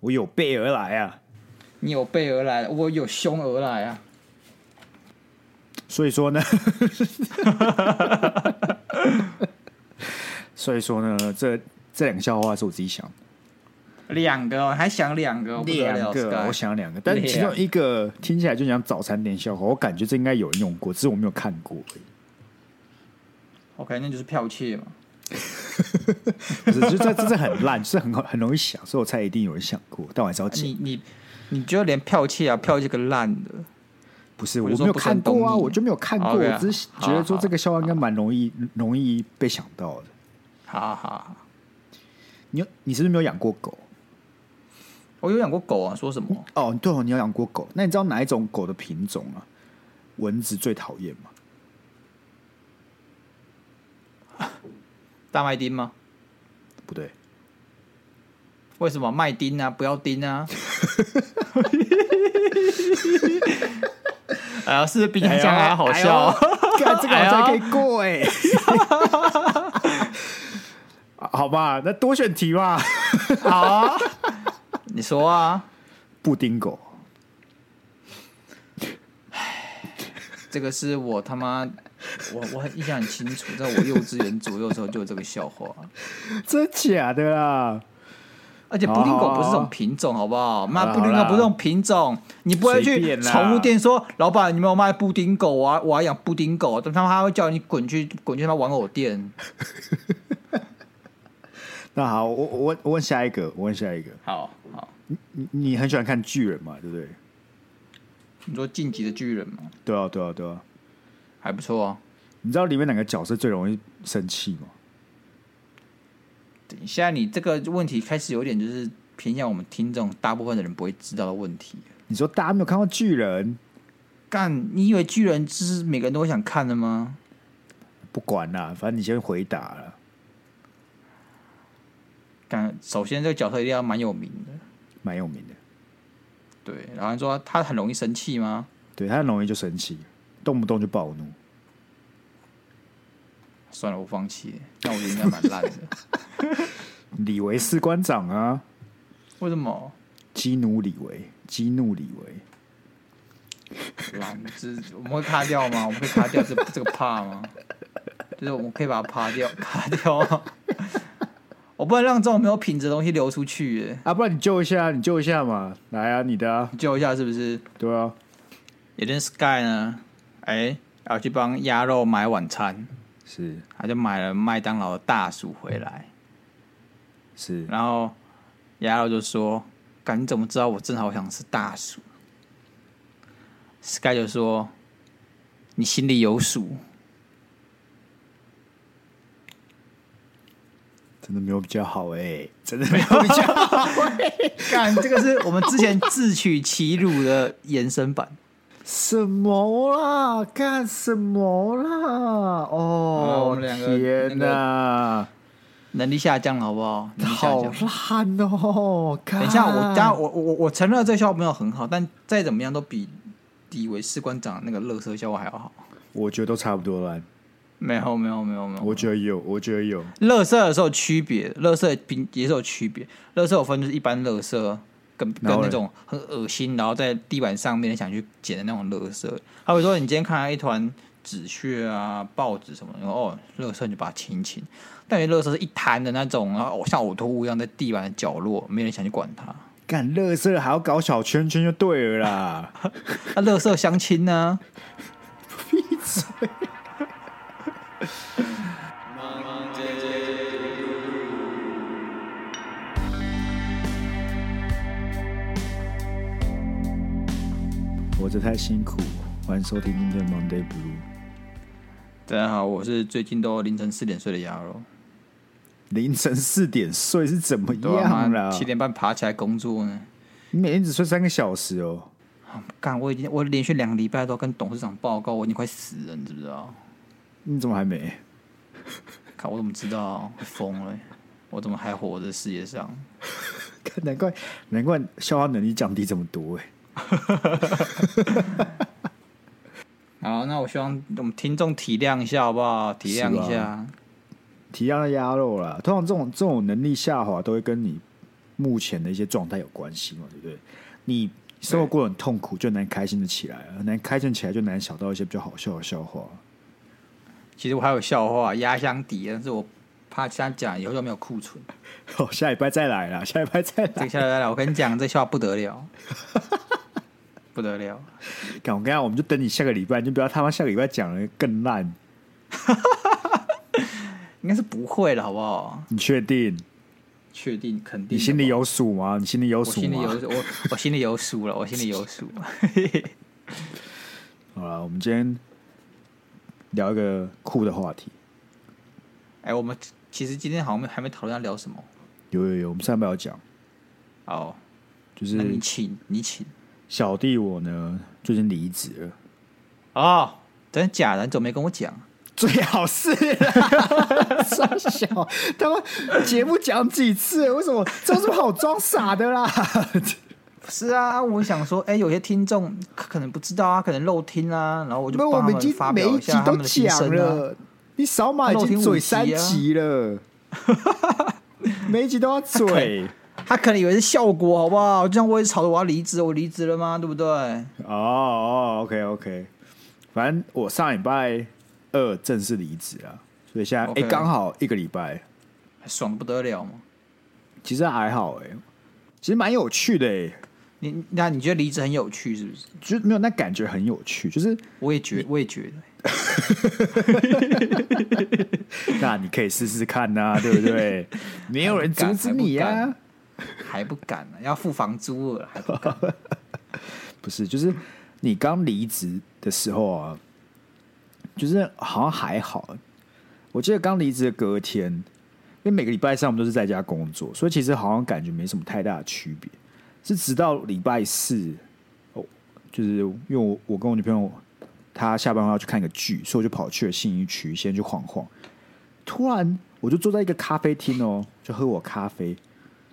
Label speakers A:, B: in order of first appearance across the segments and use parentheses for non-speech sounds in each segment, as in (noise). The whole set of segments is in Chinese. A: 我有备而来啊。
B: 你有备而来，我有胸而来啊！
A: 所以 (laughs) 说呢，所以说呢，这这两个笑话是我自己想的。
B: 两个、哦，还想两个、哦，不得了
A: 两个，
B: Sky
A: 我想两个，但其中一个听起来就像早餐店笑话，我感觉这应该有人用过，只是我没有看过而已。
B: OK，那就是剽窃嘛。
A: 不是，就这这这很烂，就是很好很容易想，所以我猜一定有人想过，但我还是要记。
B: 啊你你你就连剽窃啊，剽窃个烂的。
A: 不是，我
B: 我
A: 没
B: 就说
A: 有
B: 不
A: 看
B: 能懂
A: 过啊，
B: 你
A: 我就没有看过，
B: OK
A: 我
B: 啊
A: 只是
B: 好
A: 觉得说
B: 好
A: 这个笑话应该蛮容易容易被想到的。
B: 好好好，
A: 你有你是不是没有养过狗？
B: 我有养过狗啊，说什么？
A: 哦，对哦，你有养过狗，那你知道哪一种狗的品种啊？蚊子最讨厌吗？
B: 大麦丁吗？
A: 不对，
B: 为什么麦丁啊？不要
A: (laughs)
B: 丁啊！哎呀，是不是比你讲还好笑
A: (laughs)
B: 啊、
A: 哎看这个好像
B: 哎
A: 可以
B: 呦
A: 过哎、啊 (laughs) 好吧，那多选题吧。 (laughs)
B: 好啊，你说啊，
A: 布丁狗，
B: 这个是我他妈，我我很印象很清楚，在我幼稚园左右的时候就有这个笑话，
A: 真假的啊啦？
B: 而且布丁狗不是
A: 好
B: 这种
A: 啊
B: 品种，好不好？
A: 好
B: 妈，
A: 啦
B: 布丁狗不是这种品种，你不会
A: 随
B: 去
A: 便啦
B: 宠物店说，老板，你们有卖布丁狗我要我要养布丁狗，啊但他妈会叫你滚去滚去他妈玩偶店。
A: 那好，我我问我问下一个，我问下一个，
B: 好好，
A: 你你很喜欢看巨人嘛？对不对？
B: 你说晋级的巨人嘛，
A: 对啊，对啊，对啊。
B: 还不错啊。
A: 你知道里面哪个角色最容易生气吗？
B: 等一下，你这个问题开始有点就是偏向我们听众大部分的人不会知道的问题。
A: 你说大家没有看过巨人，
B: 干，你以为巨人是每个人都会想看的吗？
A: 不管啦，反正你先回答了。
B: 干，首先这个角色一定要蛮有名的，
A: 蛮有名的，
B: 对。然后你说他很容易生气吗？
A: 对他很容易就生气，动不动就暴怒。
B: 算了，我放弃了。但我觉得应该蛮烂的。
A: 李维士官长啊，
B: 为什么？ (laughs)
A: 激怒李维，激怒李维。
B: 烂？这我们会卡掉吗？我们会卡掉这这个怕吗？就是我们可以把它趴掉， (laughs) 卡掉吗？我不能让这种没有品质的东西流出去耶。
A: 啊，不然你救一下，你救一下嘛，来啊，你的啊，
B: 你救一下是不是？
A: 对啊，
B: 有天 Sky 呢，哎、要去帮鸭肉买晚餐，
A: 是
B: 他就买了麦当劳的大薯回来，
A: 是，
B: 然后鸭肉就说：“干，你怎么知道我正好想吃大薯？”Sky 就说：“你心里有数。
A: 真的没有比较好哎、真的没有比较
B: (laughs)
A: 好。”
B: 干，这个是我们之前自取其辱的延伸版。
A: 什么啦？干什么啦？
B: 啊
A: 哦，
B: 我们两个
A: 天哪，
B: 能力下降了，好不好？能力下
A: 好
B: 降。
A: 烂哦！
B: 等
A: 等
B: 一下，我当然我我我我承认这笑话没有很好，但再怎么样都比李维士官长那个乐色笑话还要好。
A: 我觉得都差不多烂，
B: 没有没有没有没有，
A: 我觉得有，我觉得有，
B: 乐色的时候区别，乐色平也是有区别。乐色有分就是一般乐色，跟跟
A: 然后嘞
B: 那种很恶心，然后在地板上面想去捡的那种乐色。他会说你今天看到一团纸屑啊、报纸什么的，然后哦，乐色你就把它清一清。但有些乐色是一滩的那种，然后哦像呕吐物一样在地板的角落，没人想去管它。
A: 干乐色还要搞小圈圈就对了啦。
B: 那乐色相亲呢？
A: 我这太辛苦，欢迎收听今天的 Monday Blue，
B: 大家好，啊我是最近都凌晨四点睡的鸭肉，
A: 凌晨四点睡是怎么
B: 对啊
A: 样
B: 妈，
A: 啦？
B: 七点半爬起来工作呢。
A: 你每天只睡三个小时哦，
B: 干，我已经我连续两个礼拜都跟董事长报告，我已经快死了，你知不知道？
A: 你怎么还没？
B: 看我怎么知道？我疯了欸、我怎么还活在世界上？
A: 看难怪难怪消化能力降低这么多哎、
B: 好，那我希望我们听众体谅一下，好不好？体谅一
A: 是
B: 下。
A: 体谅的鸭肉啦。通常这种这种能力下滑都会跟你目前的一些状态有关系嘛，对不对？你生活过得很痛苦，就很难开心的起来，很难开心起来就难想到一些比较好笑的笑话。
B: 其实我还有笑话压箱底，但是我怕瞎讲，以后就没有库存。
A: 好，哦下礼拜再来啦，下礼拜再
B: 这
A: 来
B: 个。下来了，我跟你讲，这笑话不得了，不得了。
A: 干我跟你讲，我们就等你下个礼拜，你就不要他妈下个礼拜讲的更烂。
B: 应该是不会了，好不好？
A: 你确定？
B: 确定，肯定。
A: 你心里，有数吗？你心里有
B: 我
A: 数
B: 心里有
A: 吗？，
B: 我我心里有数了，我心里有数。
A: 好了，我们今天聊一个酷的话题。
B: 哎，我们其实今天好像没还没讨论要聊什么。
A: 有有有，我们上半有讲，
B: 哦，
A: 就是
B: 那你请，你请。
A: 小弟我呢最近离职了，
B: 哦，真的假的？你怎么没跟我讲？
A: 最好是啦， (laughs) 傻小，他们节目讲几次？为什么这有什么好装傻的啦？
B: 是啊，我想说，哎、有些听众可可能不知道啊，可能漏听啊，然后我就
A: 那我
B: 帮他
A: 们已
B: 们
A: 经
B: 发
A: 每
B: 表
A: 一
B: 一
A: 集
B: 下他
A: 都
B: 们的心
A: 讲
B: 声啊。
A: 了，你扫码已经嘴三集 (laughs) 了，每一集都要 (laughs) 嘴
B: 他可能以为是效果，好不好？就像我也吵着我要离职，我离职了吗？对不对？
A: 哦哦，OK OK，反正我上礼拜二正式离职了，所以现在哎
B: OK
A: 刚、好一个礼拜，
B: 爽的不得了嘛！
A: 其实还好哎、其实蛮有趣的哎、
B: 你那你觉得离职很有趣是不是？
A: 就是没有那感觉很有趣，就是
B: 我也觉我也觉得，
A: 那你可以试试看呐、对不对？没有人阻止你啊
B: 还
A: 呀、
B: 不还不敢、啊、要付房租了，还不
A: (laughs)
B: 敢。
A: 不是，就是你刚离职的时候啊，就是好像还好。我记得刚离职的隔天，因为每个礼拜三我们都是在家工作，所以其实好像感觉没什么太大的区别。是直到礼拜四，哦，就是因为我我跟我女朋友她下班后要去看一个剧，所以我就跑去了信义区先去晃晃。突然，我就坐在一个咖啡厅哦，就喝我咖啡，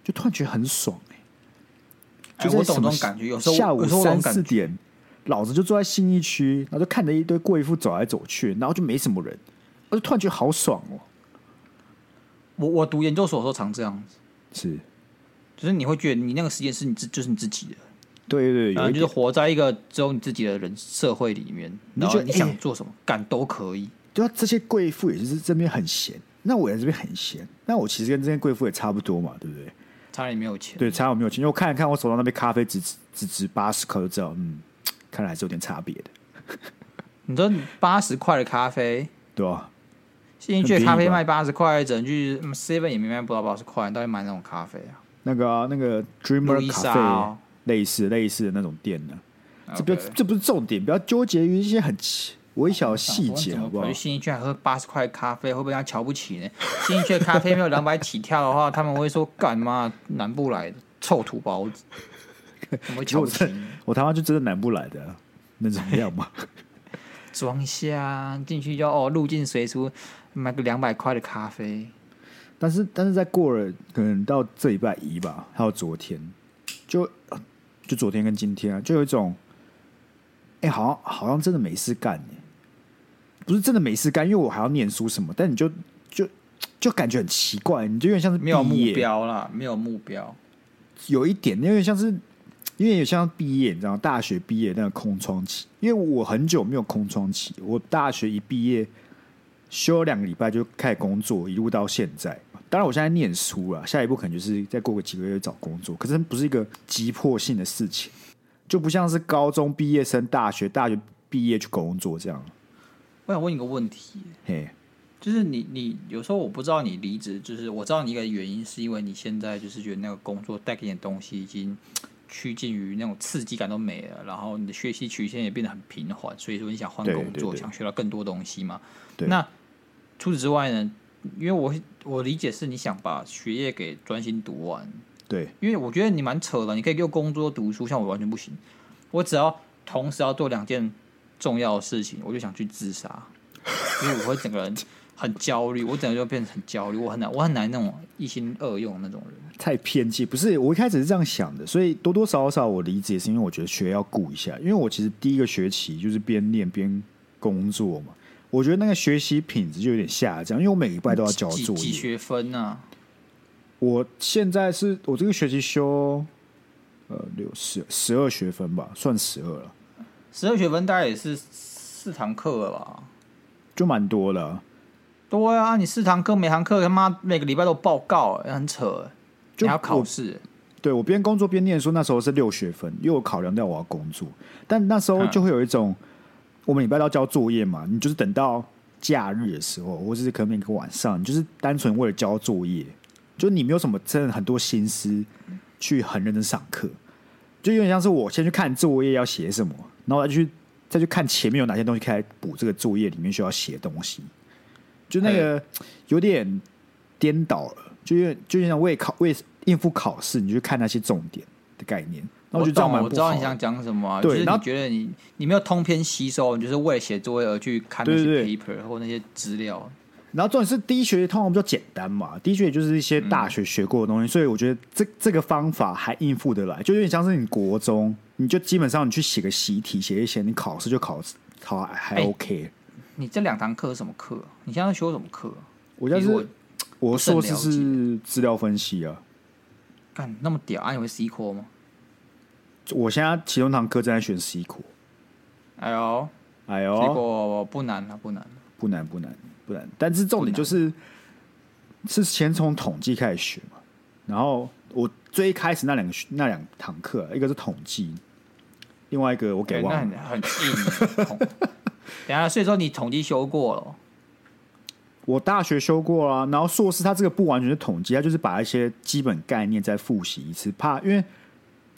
A: 就突然觉得很爽哎、
B: 哎
A: 就在
B: 我懂
A: 什
B: 这
A: 么
B: 种感觉，有时候
A: 下午
B: 有时候我懂
A: 三
B: 感
A: 四
B: 觉
A: 点，老子就坐在信义区，然后就看着一堆贵妇走来走去，然后就没什么人，我就突然觉得好爽哦。
B: 我我读研究所的时候常这样子，
A: 是，
B: 就是你会觉得你那个时间是你自就是你自己的，
A: 对对对，有一
B: 然后啊就是
A: 点
B: 活在一个只有你自己的人社会里面，
A: 你就
B: 然
A: 觉
B: 后
A: 得
B: 你
A: 哎
B: 想做什么干都可以。
A: 对啊，这些贵妇也是这边很闲，那我也这边很闲，那我其实跟这些贵妇也差不多嘛，对不对？
B: 差点没有钱，
A: 对，差我没有钱，因为我看了看我手上那杯咖啡只只值八十克，就知道，嗯，看来还是有点差别的，
B: 你说八十块的咖啡，
A: 对吧、
B: 新一区的咖
A: 很便宜
B: 啡
A: 吧
B: 卖八十块，整去 Seven 也没卖不到八十块，你到底买那种咖啡啊？
A: 那个啊、那个
B: 路
A: Dreamer
B: 易莎
A: Cafe、
B: 哦
A: 类似类似的那种店呢、这不
B: OK
A: 这不是重点，不要纠结于一些很奇微小的细
B: 我
A: 节，
B: 怎么
A: 好不好
B: 跑去？新一区还喝八十块咖啡，会不会人家瞧不起呢？新一区的咖啡没有两百起跳的话，他们会说干嘛南部来的臭土
A: (laughs)
B: 包子，怎么会瞧不起你？
A: 我他妈就真的南部来的啊、能怎么样嘛？ (laughs)
B: 装一下啊进去就哦，入境随俗，买个两百块的咖啡。
A: 但是但是在过了可能到这礼拜一吧，还有昨天，就就昨天跟今天啊，就有一种，哎、好像好像真的没事干耶，不是真的没事干，因为我还要念书什么，但你就就就感觉很奇怪，你就有点像是
B: 没有目
A: 毕业
B: 标啦，没有目标。
A: 有一点，因为像是，因为有像毕业，你知道，大学毕业那个空窗期，因为我很久没有空窗期，我大学一毕业休两个礼拜就开始工作，一路到现在。当然，我现在念书了，下一步可能就是再过个几个月找工作，可是不是一个急迫性的事情，就不像是高中毕业升大学，大学毕业去工作这样。
B: 我想问你个问题，
A: 嘿，
B: 就是你你有时候我不知道你离职，就是我知道你一个原因是因为你现在就是觉得那个工作带给你的东西已经嗯趋近于那种刺激感都没了，然后你的学习曲线也变得很平缓，所以说你想换
A: 对
B: 工
A: 对
B: 作，
A: 对
B: 想学到更多东西嘛。
A: 对
B: 那除此之外呢？因为我我理解是你想把学业给专心读完，
A: 对，
B: 因为我觉得你蛮扯的，你可以又工作又读书，像我完全不行，我只要同时要做两件重要的事情，我就想去自杀，因为我会整个人很焦虑，我整个就变得很焦虑，我很难，我很难那种一心二用的那种人。
A: 太偏激，不是我一开始是这样想的，所以多多少少我理解是因为我觉得学要顾一下，因为我其实第一个学期就是边念边工作嘛，我觉得那个学习品质就有点下降，因为我每个礼拜都要交
B: 几
A: 作
B: 几
A: 业，
B: 学分啊？
A: 我现在是我这个学期修呃六十十二学分吧，算十二了，
B: 十二学分大概也是四堂课了吧？
A: 就蛮多了啊。
B: 对啊，你四堂课，每堂课他妈每个礼拜都报告、很扯、
A: 就
B: 你还要考
A: 我
B: 试，
A: 对我边工作边念书，那时候是六学分，因为我考量到我要工作，但那时候
B: 嗯
A: 就会有一种，我们礼拜到交作业嘛，你就是等到假日的时候，或者是可能每个晚上，你就是单纯为了交作业，就你没有什么真的很多心思去很认真上课，就有点像是我先去看作业要写什么，然后再去再去看前面有哪些东西可以来补这个作业里面需要写的东西，就那个有点颠倒了，就有点就有点像为考为应付考试，你去看那些重点的概念，那
B: 我
A: 觉得这样
B: 懂
A: 蛮
B: 我
A: 不
B: 知道
A: 好
B: 你想
A: 的。
B: 讲什么啊、
A: 对
B: 就是
A: 然
B: 你
A: 后
B: 觉得你你没有通篇吸收，你就是为了写作业而去看那
A: 对
B: 些
A: 对
B: paper 或那些资料。
A: 然后重点是第一学期通常比较简单嘛，第一学期就是一些大学学过的东西，所以我觉得这这个方法还应付得来，就有点像是你国中，你就基本上你去写个习题，写一写，你考试就考考还还
B: 哎
A: OK。
B: 你这两堂课是什么课？你现在修什么课？
A: 我家
B: 比我
A: 是我
B: 是
A: 硕
B: 很
A: 士
B: 了解
A: 是资料分析啊，
B: 干那么屌啊！你会 C core 吗？
A: 我现在其中一堂课正在选 C 库，
B: 哎呦，
A: 哎
B: 结
A: 呦，
B: 果不难啊，不难。
A: 不难不难不难，但是重点就是是先从统计开始学嘛，然后我最一开始那两个学那两堂课，啊一个是统计，另外一个我给
B: 对，
A: 忘
B: 那
A: 了，
B: 很很硬。
A: (laughs)
B: 统等一下，所以说你统计修过了，哦
A: 我大学修过啊，然后硕士它这个不完全是统计，它就是把一些基本概念再复习一次，怕因为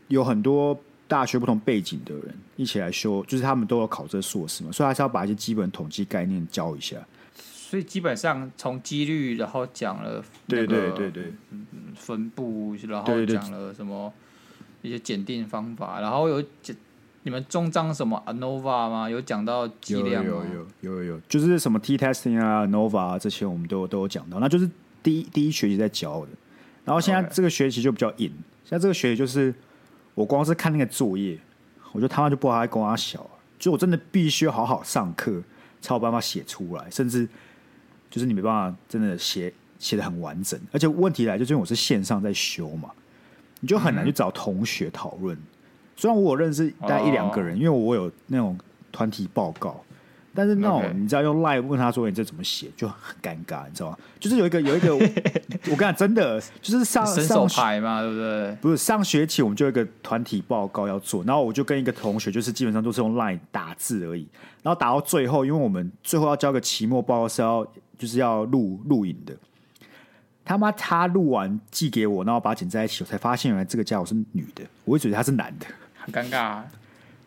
A: 有很多大学不同背景的人一起来修，就是他们都有考这硕士嘛，所以还是要把一些基本统计概念教一下。
B: 所以基本上从几率，然后讲了那个
A: 对，
B: 分布，然后
A: 对对
B: 讲了什么一些检定方法，然后有讲你们中章什么 ANOVA 吗？有讲到剂
A: 有有
B: 量吗？
A: 有有有有，就是什么 T testing 啊、Nova 啊这些，我们都有都有讲到，那就是第一第一学期在教的。然后现在
B: OK
A: 这个学期就比较硬，现在这个学期就是我光是看那个作业，我就他妈就不知道他在跟我小、啊，就我真的必须好好上课才有办法写出来，甚至就是你没办法真的写写的很完整。而且问题来就是因为我是线上在修嘛，你就很
B: 嗯
A: 难去找同学讨论。虽然我有认识大概一两个人，
B: 哦
A: 因为我有那种团体报告，但是那种
B: OK
A: 你知道用 Line 问他说你这怎么写就很尴尬，你知道吗？就是有一个有一个，我 (laughs) 跟你讲真的就是上
B: 伸手
A: 上学
B: 牌嘛，对不对？
A: 不是上学期我们就有一个团体报告要做，然后我就跟一个同学，就是基本上都是用 Line 打字而已，然后打到最后，因为我们最后要交个期末报告是要就是要录录影的，他妈他录完寄给我，然后把它剪在一起，我才发现原来这个家伙是女的，我就觉得他是男的，
B: 很尴尬、啊。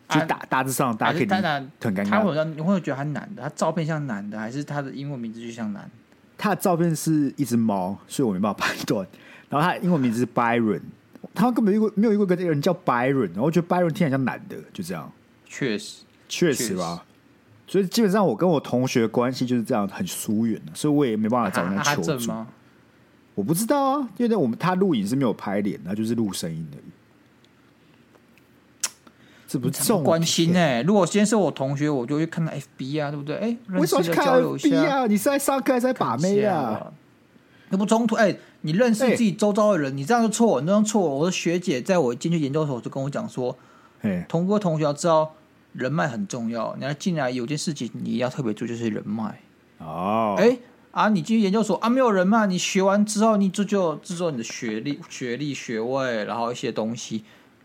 A: 就打、大致上大家可以
B: 当然
A: 很尴
B: 他会
A: 尬。
B: 有让你会觉得他男的，他照片像男的，还是他的英文名字就像男的？
A: 他的照片是一只猫，所以我没办法判断。然后他的英文名字是 Byron，他根本没有遇过没有遇过一个人叫 Byron，然后我觉得 Byron 听起来像男的，就这样。
B: 确实，
A: 确实吧。所以基本上我跟我同学的关系就是这样很疏远的，所以我也没办法啊找人
B: 他
A: 家
B: 他
A: 求
B: 正
A: 助。
B: 吗？
A: 我不知道啊，因为我们他录影是没有拍脸，他就是录声音的。这不是
B: 这
A: 重
B: 么关心
A: 呢、
B: 哎、如果今天是我同学，我就会看他 FB 啊，对不对？哎、认
A: 为什么要
B: 识
A: 去
B: 就
A: 看
B: 交流一
A: FB
B: 下，
A: 啊？你是在上课还是在把妹啊？
B: 啊，那不冲突哎、你认识
A: 哎
B: 自己周遭的人，你这样就错，你这样错。我的学姐在我进去研究所就跟我讲说，
A: 哎，
B: 同哥同学要知道人脉很重要，你要进来有件事情你要特别注意就是人脉。
A: 哦，
B: 哎、啊，你进去研究所啊，没有人嘛？你学完之后，你这就制作你的学历、学历、学位，然后一些东西，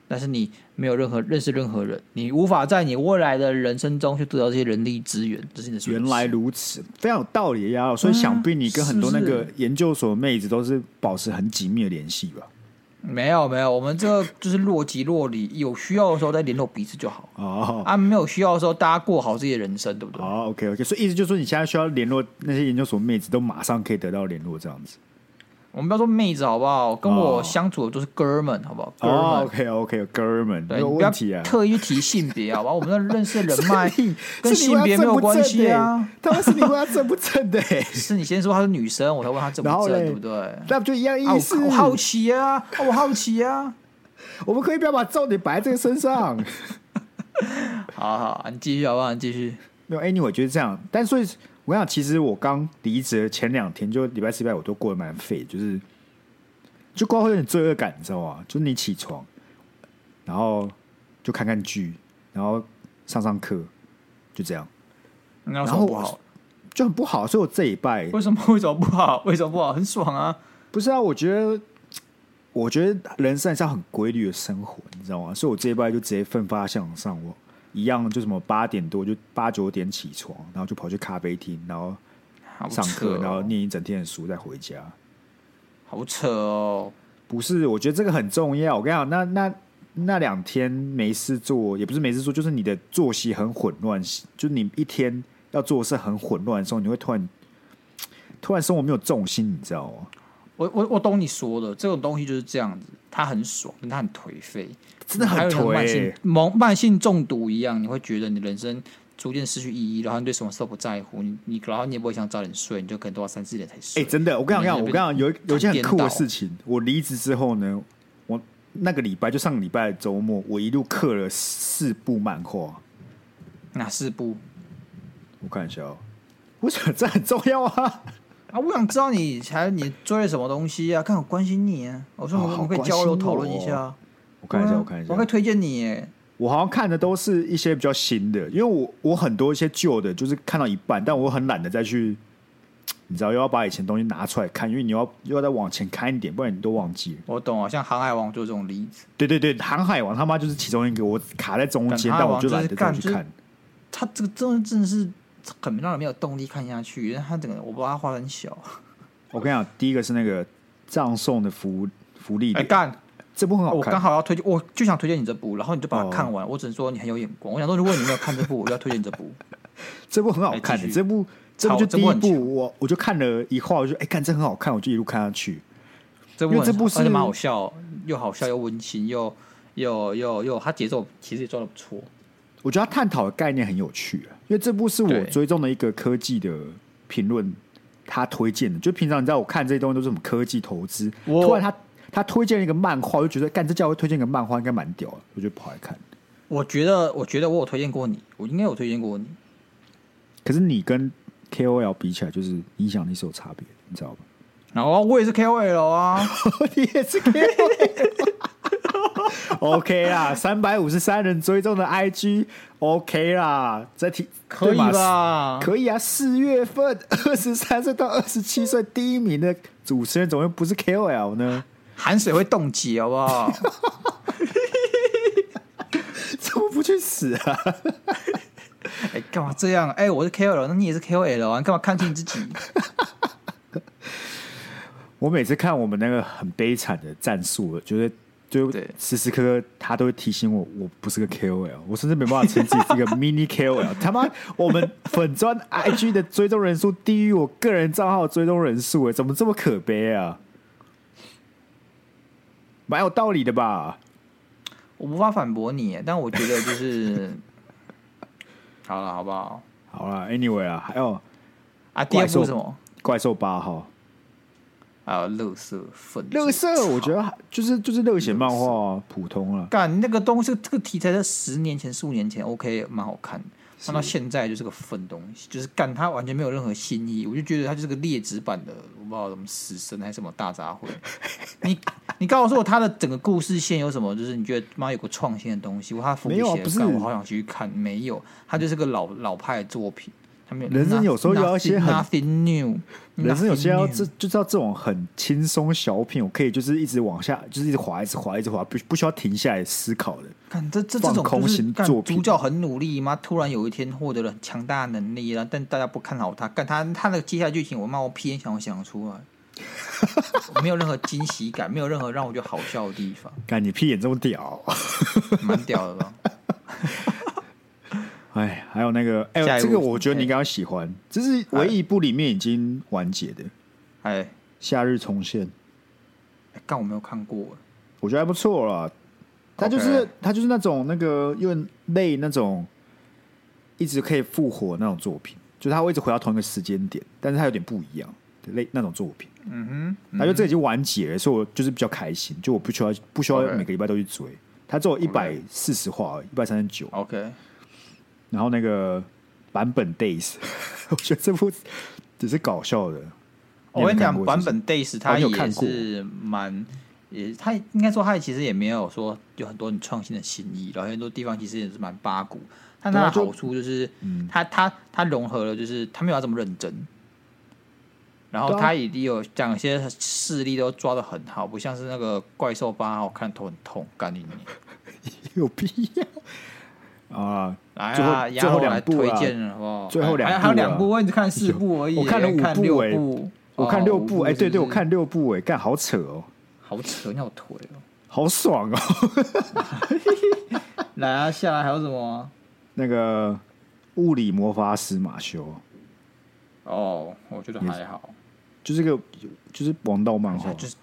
B: 但是你没有任何认识任何人，你无法在你未来的人生中去得到这些人力资源，这是你的损失
A: 原来如此，非常有道理呀、所以想必你跟很多那
B: 是不
A: 个
B: 是
A: 研究所妹子都是保持很紧密的联系吧？
B: 没有没有，我们这个就是若即若离，有需要的时候再联络彼此就好。
A: 哦，
B: 啊，没有需要的时候，大家过好自己的人生，对不对？
A: 哦，OK OK，所以意思就是说，你现在需要联络那些研究所妹子，都马上可以得到联络，这样子。
B: 我们不要说妹子好不好？跟我
A: 哦
B: 相处的都是哥们，好不好？哥
A: 哦
B: 们，
A: ，OK OK，哥们，没
B: 对，
A: 有
B: 你不要
A: 问题啊。 (laughs)
B: 特意去提性别，好吧？我们的认识的人脉
A: 是你
B: 跟
A: 是你问
B: 性
A: 他
B: 别没
A: 正
B: 有
A: 不
B: 关
A: 正
B: 系啊
A: 的欸。他们是你问他正不正的欸， (laughs)
B: 是你先说她是女生，我才问她正
A: 然
B: 不
A: 后
B: 正，
A: 嘞
B: 对不对？啊，
A: 那不就一样意思
B: 我？我好奇啊，啊我好奇啊。
A: 我们可以不要把重点摆在这个身上。
B: 好好，你继续好不好？你继续。
A: 没有，anyway 就是这样。但所以我想，其实我刚离职的前两天，就礼拜四、礼拜五都过得蛮废，就是就光会有点罪恶感，你知道吗？就是你起床，然后就看看剧，然后上上课，就这样，
B: 那有什
A: 然后
B: 么不好
A: 我？就很不好。所以我这一拜
B: 为什么为什么不好？为什么不好？很爽啊！
A: 不是啊，我觉得，我觉得人生还是要很规律的生活，你知道吗？所以我这一拜就直接奋发向上，我一样就什么八点多就八九点起床，然后就跑去咖啡厅，然后
B: 好扯
A: 上课，
B: 哦
A: 然后念一整天的书，再回家。
B: 好扯哦。
A: 不是，我觉得这个很重要。我跟你讲，那那那两天没事做，也不是没事做，就是你的作息很混乱，就是你一天要做的事很混乱的时候，你会突然突然生活没有重心，你知道吗？
B: 我我我懂你说的，这种东西就是这样子，它很爽，但它很颓废，
A: 真的很
B: 还有
A: 颓、欸
B: 像慢性慢慢性中毒一样，你会觉得你人生逐渐失去意义，然后你对什么事都不在乎，你你然后你也不会想早点睡，你就可能都要三四点才
A: 哎、
B: 睡。
A: 真的，我跟你
B: 你
A: 讲，
B: 那
A: 我跟你
B: 边
A: 讲，有一有一件很
B: 颠
A: 酷的
B: 倒
A: 事情。我离职之后呢，我那个礼拜就上个礼拜的周末，我一路刻了四部漫画。
B: 哪四部
A: 我看一下哦，我想这很重要啊。
B: 啊？我想知道你才你追了什么东西啊？看我关心你啊！我说
A: 哦
B: 我们
A: 好
B: 我们可以
A: 关
B: 交流
A: 心
B: 讨
A: 我哦
B: 论一下啊。
A: 我看一
B: 对
A: 下，
B: 啊
A: 我看一下
B: 我可以，推荐你耶。
A: 我好像看的都是一些比较新的，因为我我很多一些旧的，就是看到一半，但我很懒得再去，你知道，又要把以前东西拿出来看，因为你要又要再往前看一点，不然你都忘记了。
B: 我懂啊，像《航海王》就是这种例子，
A: 对对对，《航海王》他妈就是其中一个，我卡在中
B: 但
A: 间，
B: 航海
A: 但我
B: 王
A: 就
B: 就是
A: 懒得再
B: 干
A: 去
B: 就是
A: 看。
B: 他这个真的真的是很让人没有动力看下去，因为他整个我不知道他画得很小。
A: 我跟你讲，第一个是那个葬送的福福利
B: 哎、
A: 点，
B: 干！哦
A: 这部很好
B: 我
A: 看。哦
B: 刚好要推荐，我就想推荐你这部，然后你就把它看完。我只能说你很有眼光。我想说，如果你没有看这部，我就要推荐你这
A: (laughs)
B: 部。
A: 这部很好看
B: 哎
A: 的、
B: 继续
A: 这部这部
B: 好
A: 就
B: 这
A: 第
B: 部
A: 一
B: 很强
A: 部，我我就看了一话，我就哎，看、这很好看，我就一路看下去。
B: 这
A: 因
B: 部
A: 为这部
B: 很而
A: 是
B: 且蛮好笑，又好笑又温馨，又又又又，它节奏其实也抓的不错。
A: 我觉得他探讨的概念很有趣、啊，因为这部是我
B: 对
A: 追踪的一个科技的评论，他推荐的。就平常你知道，我看这些东西都是什么科技投资，
B: 我
A: 突然他他推荐了一个漫画，我就觉得干这家伙推荐个漫画应该蛮屌的，我就跑来看。
B: 我觉得，我觉得我有推荐过你，我应该有推荐过你。
A: 可是你跟 KOL 比起来，就是影响力是有差别的，你知道吧？
B: 然后我也是 KOL 啊，
A: (laughs) 哦你也是 K OK 啦，三百五十三人追踪的 IG OK 啦，再提
B: 可以？
A: 对嘛
B: 吧？
A: 可以啊，四月份二十三岁到二十七岁第一名的主持人，怎么会不是 KOL 呢？ (laughs)
B: 含水会冻结，好不好？ (laughs)
A: 怎么不去死啊？
B: 哎，干嘛这样？哎，我是 KOL，那你也是 KOL 啊？你干嘛看清自己？
A: 我每次看我们那个很悲惨的战术，觉得就
B: 对
A: 时时刻刻他都会提醒我，我不是个 KOL，我甚至没办法称自己是一个 (laughs) mini KOL。他妈，我们粉砖 IG 的追踪人数低于我个人账号的追踪人数，哎，怎么这么可悲啊？蛮有道理的吧？
B: 我无法反驳你，但我觉得就是 (laughs) 好了，好不好？
A: 好啦 a n y w a y 啊，还有
B: 啊，第二
A: 怪兽
B: 部是什么？
A: 怪兽八号，
B: 还有乐色粉，
A: 乐色，我觉得还就是就是热血漫画啊普通了，
B: 干那个东西，这个题材在十年前、十五年前 OK 蛮好看的，
A: 是
B: 但到现在就是个粪东西，就是干它完全没有任何新意，我就觉得它就是个劣质版的，我不知道什么死神还是什么大杂烩。你 (laughs) 你告诉我它的整个故事线有什么？就是你觉得妈有个创新的东西，它伏笔
A: 没有啊
B: 写
A: 不
B: 的
A: 是
B: 干，我好想去看，没有，它就是个老老派的作品。它没有
A: 人生有时候要一些
B: nothing-
A: 很
B: nothing new，
A: 人生有些要
B: nothing new
A: 这就知道这种很轻松小品，我可以就是一直往下，就是一直滑，一直滑，一直滑，不不需要停下来思考的。
B: 看这这这
A: 放
B: 种
A: 空
B: 就是
A: 型
B: 干
A: 作品
B: 主角很努力妈突然有一天获得了很强大的能力啊，但大家不看好他，干他他那个接下来剧情，我妈我屁眼想都想得出来，没有任何惊喜感，没有任何让我觉得好笑的地方，
A: 看你屁眼这么屌，
B: 蛮屌的吧？
A: 哎，还有那个，哎、呦，
B: 下一
A: 这
B: 部
A: 个我觉得你应该会喜欢，这是唯一一部里面已经完结的《
B: 哎，
A: 夏日重现》，
B: 哎干我没有看过，
A: 我觉得还不错啦。它就是
B: OK
A: 它就是那种那个有点类那种一直可以复活那种作品，就是它会一直回到同一个时间点，但是它有点不一样的类那种作品。
B: 嗯哼，
A: 那就这已经完结了，所以我就是比较开心，就我不需要不需要
B: OK
A: 每个礼拜都去追，它只有一百
B: OK
A: 四十话而已，一百三十九，
B: OK，
A: 然后那个版本 days，我 (laughs) 觉得这部只是搞笑的。
B: 我跟
A: 你有没有看
B: 你讲，
A: 过
B: 版本 days
A: 哦
B: 它
A: 你有
B: 也
A: 看过
B: 是蛮也他应该说他其实也没有说有很多很创新的新意，然后很多地方其实也是蛮八股。但它的
A: 对啊就
B: 好处就是，
A: 嗯
B: 它它它融合了，就是他没有要这么认真，然后
A: 对啊
B: 它也有讲一些势力都抓的很好，不像是那个怪兽八，我看头很痛，干你娘！
A: (laughs) 有必
B: (laughs)
A: 要啊？
B: 来
A: 最后
B: 啊，
A: 最
B: 然
A: 后
B: 后
A: 两
B: 来
A: 部
B: 推
A: 啦
B: 荐了，好不好？
A: 最后两
B: 还有还有
A: 部啦
B: 两部，我只看四部而已，哎
A: 我看了五
B: 看
A: 部
B: 六
A: 欸
B: 部，
A: 我看六
B: 哦
A: 部，哎、对对，
B: 是
A: 我
B: 不是
A: 看六部、哎，干好扯哦，
B: 好扯，你好腿哦。
A: 好爽哦。 (laughs)
B: 来啊，下来还有什么？
A: 那个物理魔法师马修，
B: 哦，我觉得还好，
A: 就是个就是王道漫
B: 他
A: 画，
B: 就是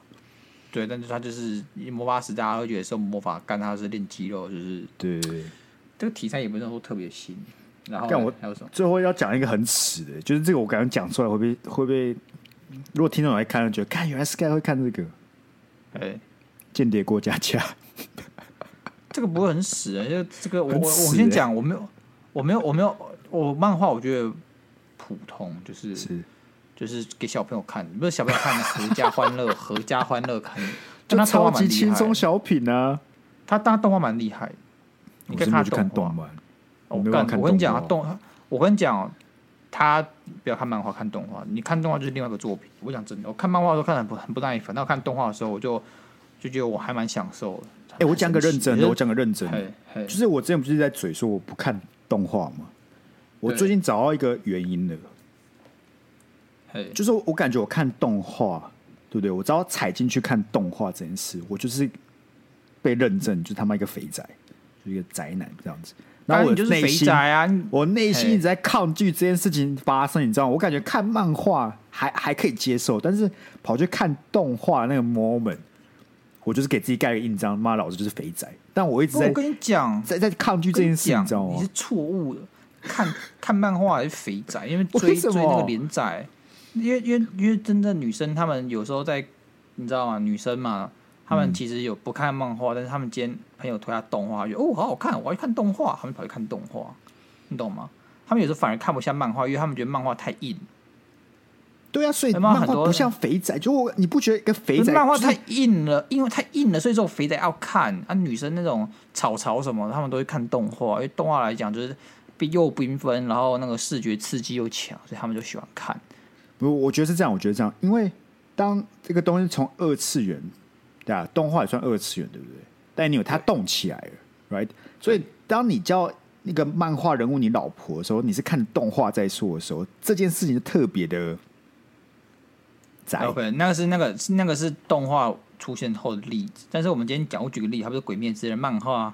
B: 对，但是他就是魔法师，大家会觉得是魔法，干他是练肌肉，就是
A: 对对对。
B: 这个题材也不是说特别新。然后
A: 干我
B: 还有什么？
A: 最后要讲一个很耻的，就是这个我感觉讲出来会被会被，如果听众来看，就觉得看原来 Sky 会看这个《
B: 哎，
A: 间谍过家家》
B: 这个不会很死啊，因为这个我我
A: 很
B: 我
A: 死
B: 先
A: 欸
B: 讲，我没有我没有我没有我漫画我觉得普通，就是
A: 是，
B: 就是给小朋友看，不是小朋友看的，合家欢乐，合家欢乐看，
A: 就
B: 但他动画
A: 超级
B: 蛮厉
A: 轻
B: 害
A: 松
B: 的，
A: 小品啊！
B: 他他动画蛮厉害的，你
A: 我
B: 可以
A: 是没有
B: 看
A: 去
B: 他
A: 看
B: 画
A: 动。漫，我
B: 我
A: 没有
B: 干
A: 看
B: 我跟你讲，
A: 动
B: 啊，
A: 画
B: 动，我跟你讲哦，他不要看漫画，看动画。你看动画就是另外一个作品。我讲真的，我看漫画的时候看得很不很不耐烦，但我看动画的时候，我就就觉得我还蛮享受的。
A: 哎、我讲个认真的，我讲个认真的，
B: 嘿嘿
A: 就是我之前不是在嘴说我不看动画吗？我
B: 对
A: 最近找到一个原因了，
B: 嘿，
A: 就是我感觉我看动画，对不对？我只要踩进去看动画这件事，我就是被认证，就是他妈一个肥宅，就是一个宅男这样子。然后
B: 当
A: 我
B: 你就是
A: 内
B: 肥
A: 心
B: 宅啊，你
A: 我内心
B: 嘿
A: 一直在抗拒这件事情发生，你知道吗？我感觉看漫画还还可以接受，但是跑去看动画那个 moment，我就是给自己盖了个印章，妈老子就是肥宅。但我一直
B: 不我
A: 在
B: 跟你讲，
A: 在在抗拒
B: 我
A: 这
B: 跟
A: 件
B: 你
A: 事，
B: 讲
A: 你知道，
B: 你
A: 吗
B: 是？错误的。看 (laughs) 看漫画还是肥宅，因为追
A: 为什
B: 追
A: 么
B: 那个连载，因为因为因为真正女生她们有时候在，你知道吗？女生嘛，她
A: 嗯
B: 们其实有不看漫画，但是她们今天朋友推她动画，她觉得哦好好看，我要去看动画，她们跑去看动画，你懂吗？她们有时候反而看不下漫画，因为她们觉得漫画太硬，
A: 对啊，所以
B: 有没有
A: 漫
B: 很
A: 画
B: 多
A: 不像肥宅，就我你不觉得一个肥
B: 可是
A: 宅
B: 漫画
A: 就是
B: 太硬了，因为太硬了，所以这种肥仔要看啊。女生那种草草什么，他们都会看动画，因为动画来讲就是又缤纷，然后那个视觉刺激又强，所以他们就喜欢看。
A: 我我觉得是这样，我觉得这样，因为当这个东西从二次元，对啊，动画也算二次元，对不对？但你有它动起来了，right？所以当你叫那个漫画人物你老婆的时候，你是看动画在说的时候，这件事情就特别的宅。
B: OK，那个是那个是那个是动画出现后的例子，但是我们今天讲，我举个例，它不是《鬼灭之刃》漫画，啊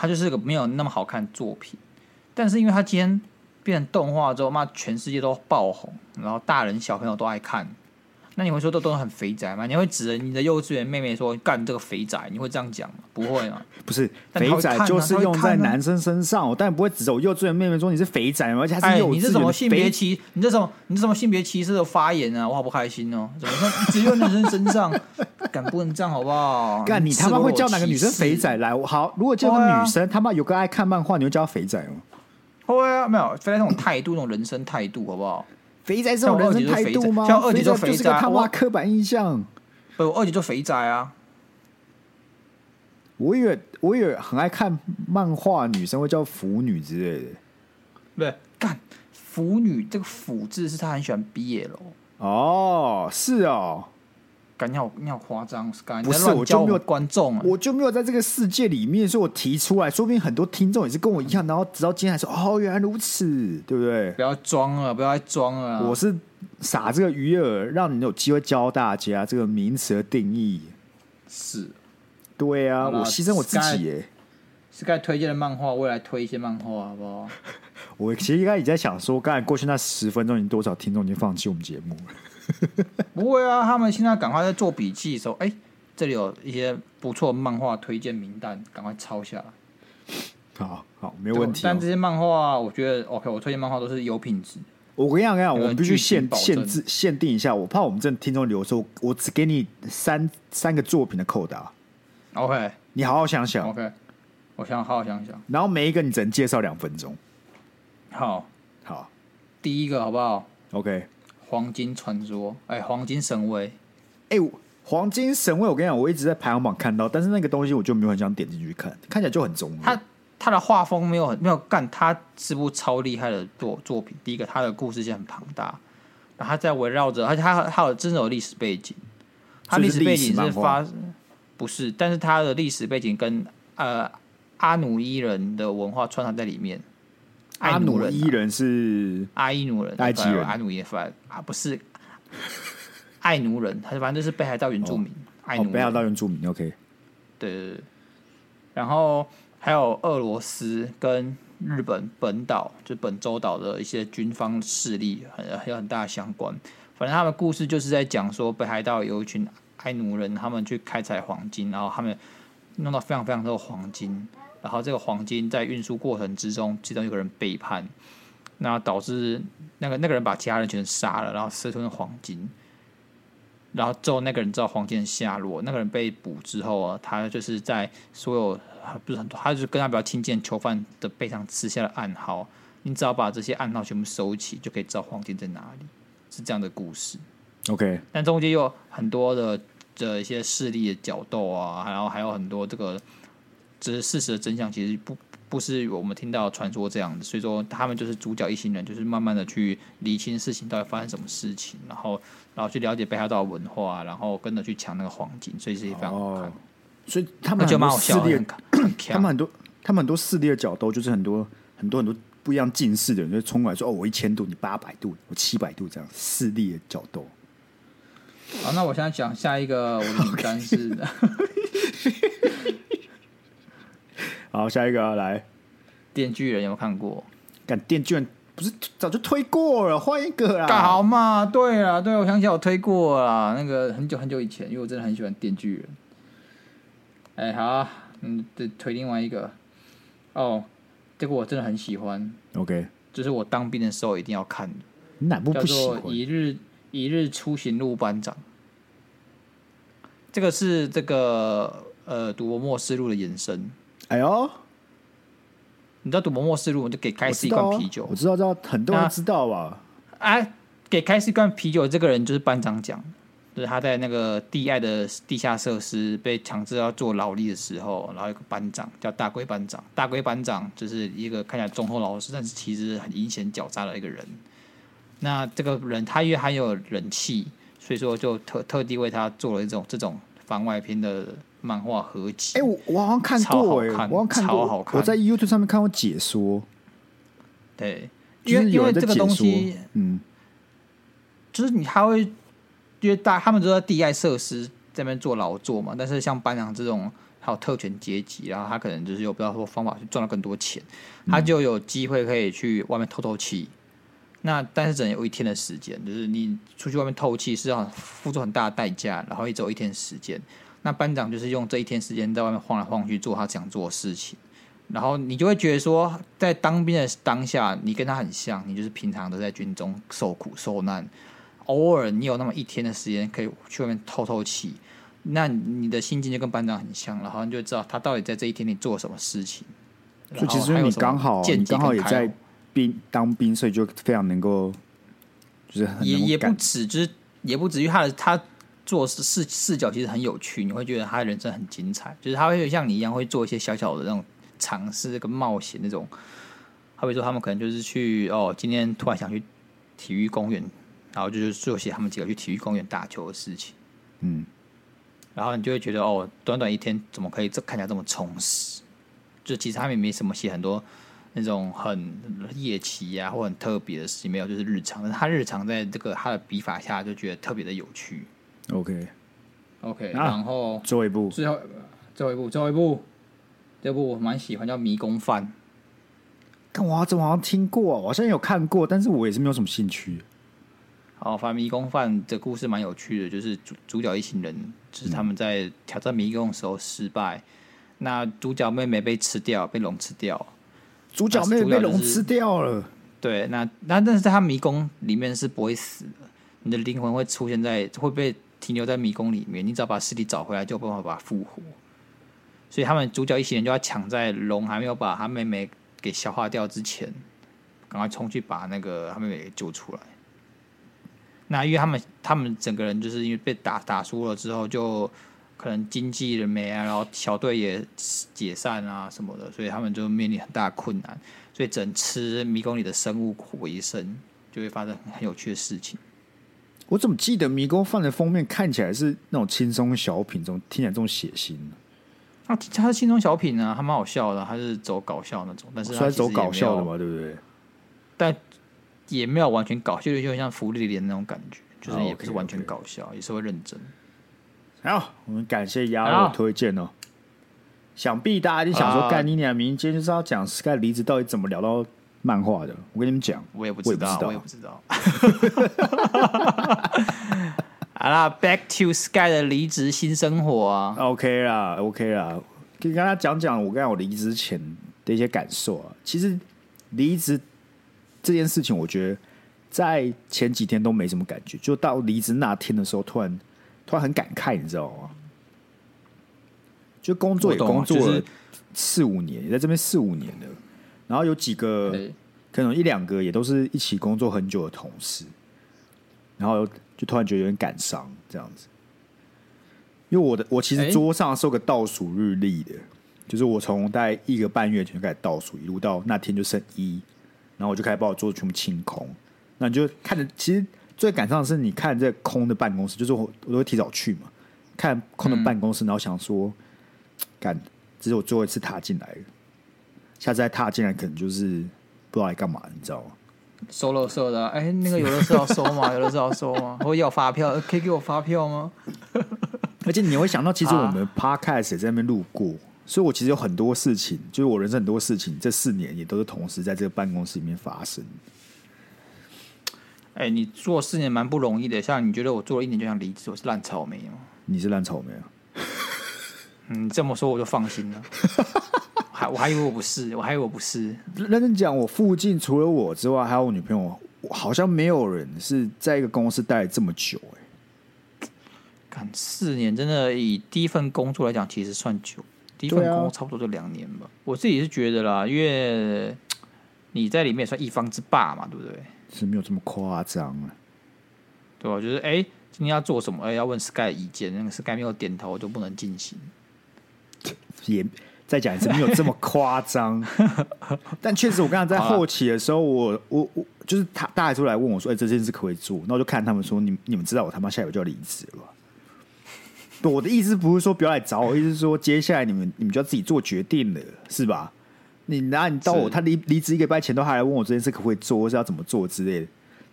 B: 它就是个没有那么好看的作品，但是因为它今天变成动画之后，妈全世界都爆红，然后大人小朋友都爱看，那你会说这都很肥宅吗？你会指着你的幼稚园妹妹说干你这个肥宅，你会这样讲吗？不会嘛？
A: 不是
B: 但
A: 肥
B: 他会
A: 宅
B: 看啊
A: 就是
B: 他会
A: 用在
B: 看啊
A: 男生身上，我当然不会指着我幼稚园妹妹说你是肥宅嘛，而且还
B: 哎，
A: 是幼稚
B: 你
A: 园
B: 这什么
A: 的
B: 性别
A: 肥
B: 歧？你这什么？你这什么性别歧视的发言啊？我好不开心哦！怎么说只有女生身上？敢不能这样好不好？
A: 干你他
B: 赤
A: 妈
B: 裸
A: 会
B: 裸
A: 叫哪个
B: 歧
A: 女生肥
B: 视
A: 仔来？我好，如果叫
B: 对啊
A: 个女生他妈有个爱看漫画，你会叫她肥仔吗？
B: 会啊，没有，非常那种态度，那种人生态度，好不好？
A: 肥宅是种人生态度吗？
B: 像我二姐就
A: 肥就
B: 肥宅
A: 是个他妈刻板印象。
B: 不，我二姐就肥宅啊，
A: 我以为我以为很爱看漫画，女生会叫腐女之类的。
B: 不是干腐女这个腐字是她很喜欢 BL，哦
A: 哦，是哦，
B: 感觉好你好夸张，Sky，
A: 不是
B: 你在乱
A: 我就
B: 教我
A: 没有
B: 们观众啊，
A: 我就没有在这个世界里面，所以我提出来，说不定很多听众也是跟我一样，然后直到今天还说哦，原来如此，对不对？
B: 不要装了，不要再装了啊，
A: 我是撒这个鱼饵，让你有机会教大家这个名词的定义。
B: 是
A: 对啊，
B: 好啦
A: 我牺牲我自
B: Sky-
A: 己耶。
B: Sky 推荐的漫画，我也来推一些漫画，好不好？
A: 我其实应该也在想说，刚才过去那十分钟，已经多少听众已经放弃我们节目了？
B: 不会啊，他们现在赶快在做笔记的时候，哎、这里有一些不错的漫画推荐名单，赶快抄下来。
A: 好好，没有问题、哦。
B: 但这些漫画，我觉得 OK，我推荐漫画都是有品质。
A: 我跟你讲，跟你讲，
B: 有
A: 我们必须
B: 呃剧情
A: 限
B: 保证
A: 限制限定一下，我怕我们这听众流说，我只给你三三个作品的扣打，
B: OK
A: 你好好想想，
B: OK，我想好好想想。
A: 然后每一个你只能介绍两分钟。
B: 好，
A: 好
B: 第一个好不好？
A: ，OK，
B: 黄金传说，哎、黄金神威，
A: 哎、我黄金神位，我跟你讲，我一直在排行榜看到，但是那个东西我就没有很想点进去看，看起来就很中二
B: 他。他的画风没有很没有干，他是部超厉害的作作品。第一个，他的故事线很庞大，然后他在围绕着，而且他他有真的有历史背景，他
A: 所
B: 历
A: 以是
B: 史背
A: 历史
B: 景是
A: 漫
B: 发
A: 画
B: 不是，但是他的历史背景跟呃阿努伊人的文化穿插在里面。爱
A: 阿
B: 努
A: 努
B: 人
A: 伊
B: 啊
A: 人是
B: 阿伊努人，
A: 埃及人
B: 阿努耶夫啊，不是爱奴人，他反正就是北海道原住民，爱
A: 哦，
B: 奴
A: 北海
B: 人，
A: 道原住民，OK，
B: 对对对。然后还有俄罗斯跟日本本岛，就本州岛的一些军方势力很很有很大的相关。反正他们故事就是在讲说，北海道有一群爱奴人，他们去开采黄金，然后他们弄到非常非常多的黄金，然后这个黄金在运输过程之中，其中有个人背叛，那导致那个那个人把其他人全杀了，然后私吞黄金，然后之后那个人知道黄金的下落，那个人被捕之后啊，他就是在所有不是很多，他就是跟他比较亲近的囚犯的背上刺下了暗号，你只要把这些暗号全部收起，就可以知道黄金在哪里，是这样的故事。
A: OK，
B: 但中间又有很多的这一些势力的角斗啊，然后还有很多这个，只是事实的真相其实不不是我们听到传说这样的，所以说他们就是主角一行人，就是慢慢的去理清事情到底发生什么事情，然后然后去了解北海道的文化，然后跟着去抢那个黄金，所以是非常好看
A: 哦，，所以他
B: 我
A: 们
B: 觉得
A: 很
B: 蛮
A: 多
B: 好
A: 势
B: 笑的，
A: 力
B: 很
A: 的，
B: 很
A: 他们很多他们很多势力的角斗，就是很多很多很多不一样近视的人就冲过来说，哦，我一千度，你八百度，我七百度，这样势力的角斗。
B: 好，那我现在讲下一个我的名
A: (laughs)
B: 单是
A: 好，下一个啊来，
B: 电锯人，有没有看过？
A: 干电卷不是早就推过了，换一个
B: 干
A: 啦。
B: 好嘛？对了，对，我想起来我推过了，那个很久很久以前，因为我真的很喜欢电锯人。哎、好啊，嗯，对，推另外一个。哦，这个我真的很喜欢，
A: OK，
B: 就是我当兵的时候一定要看的，
A: 你哪部
B: 叫
A: 不喜
B: 做
A: 欢
B: 《一日一日出行录班长》。这个是这个呃《赌博默示录》的延伸。
A: 哎呦，
B: 你知道《赌博默示录》，我就给开
A: 我
B: 始
A: 知
B: 一
A: 道
B: 罐
A: 啊
B: 啤酒
A: 我，知道，知道，很多
B: 那
A: 人知道吧？
B: 啊，给开始一罐啤酒，这个人就是班长讲，就是他在那个地爱的地下设施被强制要做劳力的时候，然后有个班长叫大龟班长，大龟班长就是一个看起来忠厚老实，但是其实很阴险狡诈的一个人。那这个人他因为很有人气，所以说就特特地为他做了一种这种番外篇的漫画合集。
A: 哎、我我好像看
B: 超好
A: 过、哎，我
B: 看
A: 好像看过，
B: 超好看
A: 我在 YouTube 上面看过解说，
B: 对，因
A: 就
B: 为
A: 是
B: 因
A: 有
B: 为
A: 人在
B: 这个
A: 解
B: 东
A: 说
B: 西，
A: 嗯，
B: 就是你他会，因为大他们都在地爱设施在那边做劳作嘛，但是像班长这种还有特权阶级，然后他可能就是有比较多方法去赚到更多钱，他就有机会可以去外面透透气。那但是只能有一天的时间，就是你出去外面透气是要付出很大的代价，然后也只有一天时间。那班长就是用这一天时间在外面晃来晃去做他想做的事情，然后你就会觉得说，在当兵的当下，你跟他很像，你就是平常都在军中受苦受难，偶尔你有那么一天的时间可以去外面透透气，那你的心境就跟班长很像，然后你就知道他到底在这一天里做了什么事情。
A: 所以其
B: 然后还
A: 实
B: 有
A: 你
B: 什么
A: 刚好，啊
B: 见
A: 你
B: 解
A: 刚好
B: 跟
A: 也
B: 开哦
A: 在
B: 悟
A: 兵当兵，所以就非常能够，就是很
B: 也
A: 能够
B: 也不
A: 感
B: 止，就是也不止于他的他做事视视角其实很有趣，你会觉得他人生很精彩，就是他会像你一样会做一些小小的那种尝试跟冒险那种。好比说，他们可能就是去哦，今天突然想去体育公园，然后就是做些他们几个去体育公园打球的事情。
A: 嗯，
B: 然后你就会觉得哦，短短一天怎么可以这看起来这么充实？就其实他们也没什么写很多那种很猎奇呀、或很特别的事情，没有，就是日常。但是他日常在这个他的笔法下就觉得特别的有趣。
A: OK。
B: OK，、
A: 啊
B: 然后
A: 最后一部
B: 最后最后一部，最后一部，这部我蛮喜欢，叫《迷宫饭》。
A: 看我怎么好像听过、啊，我好像有看过，但是我也是没有什么兴趣。
B: 好，哦反正迷宫饭的故事蛮有趣的，就是主主角一行人，就是他们在挑战迷宫的时候失败，那主角妹妹被吃掉，被龙吃掉，
A: 主角妹
B: 主
A: 妹
B: 角
A: 被
B: 就是
A: 龙吃掉了，
B: 对，那那但是在他迷宫里面是不会死的，你的灵魂会出现在呃会被停留在迷宫里面，你只要把尸体找回来，就有办法把它复活。所以他们主角一行人就要抢在龙还没有把他妹妹给消化掉之前，赶快冲去把那个他妹妹给救出来。那因为他们他们整个人就是因为被打打输了之后，就可能经纪人没啊，然后小队也解散啊什么的，所以他们就面临很大的困难，所以只能吃迷宫里的生物为生，就会发生很有趣的事情。
A: 我怎么记得《迷宫饭》的封面看起来是那种轻松小品，怎么听起来这种血腥呢？
B: 那他是轻松小品啊，还蛮好笑的，他是走搞笑那种，但是
A: 虽
B: 他
A: 然
B: 其实
A: 走
B: 也
A: 搞
B: 没
A: 笑的
B: 有
A: 嘛，对不对？
B: 但也没有完全搞笑，就就像福利连那种感觉，就是
A: 啊
B: 也不是
A: OK，
B: 完全
A: OK
B: 搞笑，也是会认真。
A: 好，我们感谢鸭肉
B: 好
A: 推荐哦。想必大家一定想
B: 啊
A: 说，干你娘！明天就是要讲 Sky 离职到底怎么聊到漫画的。我跟你们讲，
B: 我也不
A: 我
B: 知
A: 也不
B: 道
A: 知，道
B: 我也不知道。 (laughs) 好啦，Back to Sky 的离职新生活啊，
A: OK 啦，OK 啦，可以跟大家讲讲我刚才我离职前的一些感受啊。其实离职这件事情，我觉得在前几天都没什么感觉，就到离职那天的时候，突然突然很感慨，你知道吗？就工作
B: 我
A: 也
B: 懂啊
A: 工作
B: 就
A: 了
B: 是
A: 四五年，也在这边四五年了，然后有几个
B: 对
A: 可能一两个也都是一起工作很久的同事，然后就突然觉得有点感伤这样子。因为我的我其
B: 哎
A: 实桌上是有个倒数日历的，就是我从大概一个半月前就开始倒数，一路到那天就剩一，然后我就开始把我桌子全部清空。那你就看着，其实最感伤的是你看这空的办公室，就是我我都会提早去嘛，看空的办公室，然后想说，干，这是我最后一次踏进来了，下次再踏进来可能就是不知道来干嘛，你知道吗？
B: 收垃圾的啊，哎、那个有垃圾要收吗？有垃圾要收吗？ (laughs) 或要发票，呃可以给我发票吗？
A: 而且你会想到，其实我
B: 啊
A: 们 podcast 也在那边录过，所以我其实有很多事情，就是我人生很多事情，这四年也都是同时在这个办公室里面发生。
B: 哎、你做事也蛮不容易的，像你觉得我做了一年就想离职，我是烂草莓吗？
A: 你是烂草莓啊？
B: 嗯，这么说我就放心了。还我还以为我不是，我还以为我不是。
A: 认真讲，我附近除了我之外，还有我女朋友，我好像没有人是在一个公司待了这么久、欸。
B: 看四年真的以第一份工作来讲，其实算久。第一份
A: 对啊
B: 工作差不多就两年吧。我自己是觉得啦，因为你在里面也算一方之霸嘛，对不对？
A: 是没有这么夸张啊。
B: 对吧、就是哎、今天要做什么？哎、要问 Sky 意见，那个 Sky 没有点头，我就不能进行。
A: 也再讲一次，没有这么夸张。但确实，我刚才在后期的时候，我我我就是他大家出来问我说：“哎、这件事可不可以做？”那我就看他们说：“你你们知道我他妈下礼拜就要离职了吧？”不，我的意思不是说不要来找我，意思是说接下来你们你们就要自己做决定了，是吧？你拿你到我
B: 是
A: 他离离职一个礼拜前都还来问我这件事可不可以做，或是要怎么做之类的，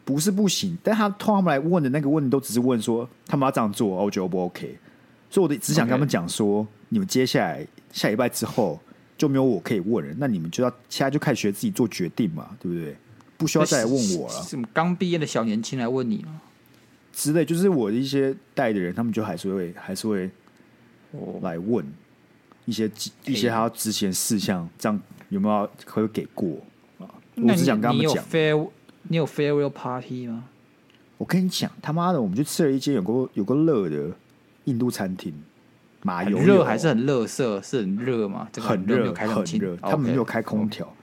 A: 不是不行，但他通常他们来问的那个问题都只是问说他们要这样做，哦我觉得 O 不 OK？所以我的只想跟他们
B: OK
A: 讲说你们接下来下礼拜之后就没有我可以问了，那你们就要现在就开始学自己做决定嘛，对不对？不需要再来问我了
B: 什么刚毕业的小年轻来问你吗？
A: 之类，就是我的一些带的人，他们就还是会还是会
B: 我
A: 来问一些
B: 哎
A: 一些他要之前事项，这样有没有要可不可以给过啊？我
B: 那
A: 只
B: 你
A: 想跟他
B: 你
A: 们
B: 有
A: 讲，
B: fair 你有 farewell party 吗？
A: 我跟你讲，他妈的，我们去吃了一间有个有个热的印度餐厅，马
B: 很
A: 油
B: 热
A: 油
B: 还是很热色？是很热吗？这个
A: 很
B: 热没
A: 热
B: 有开冷
A: 很
B: 气
A: 热，
B: OK，嗯
A: 他们没有开空调。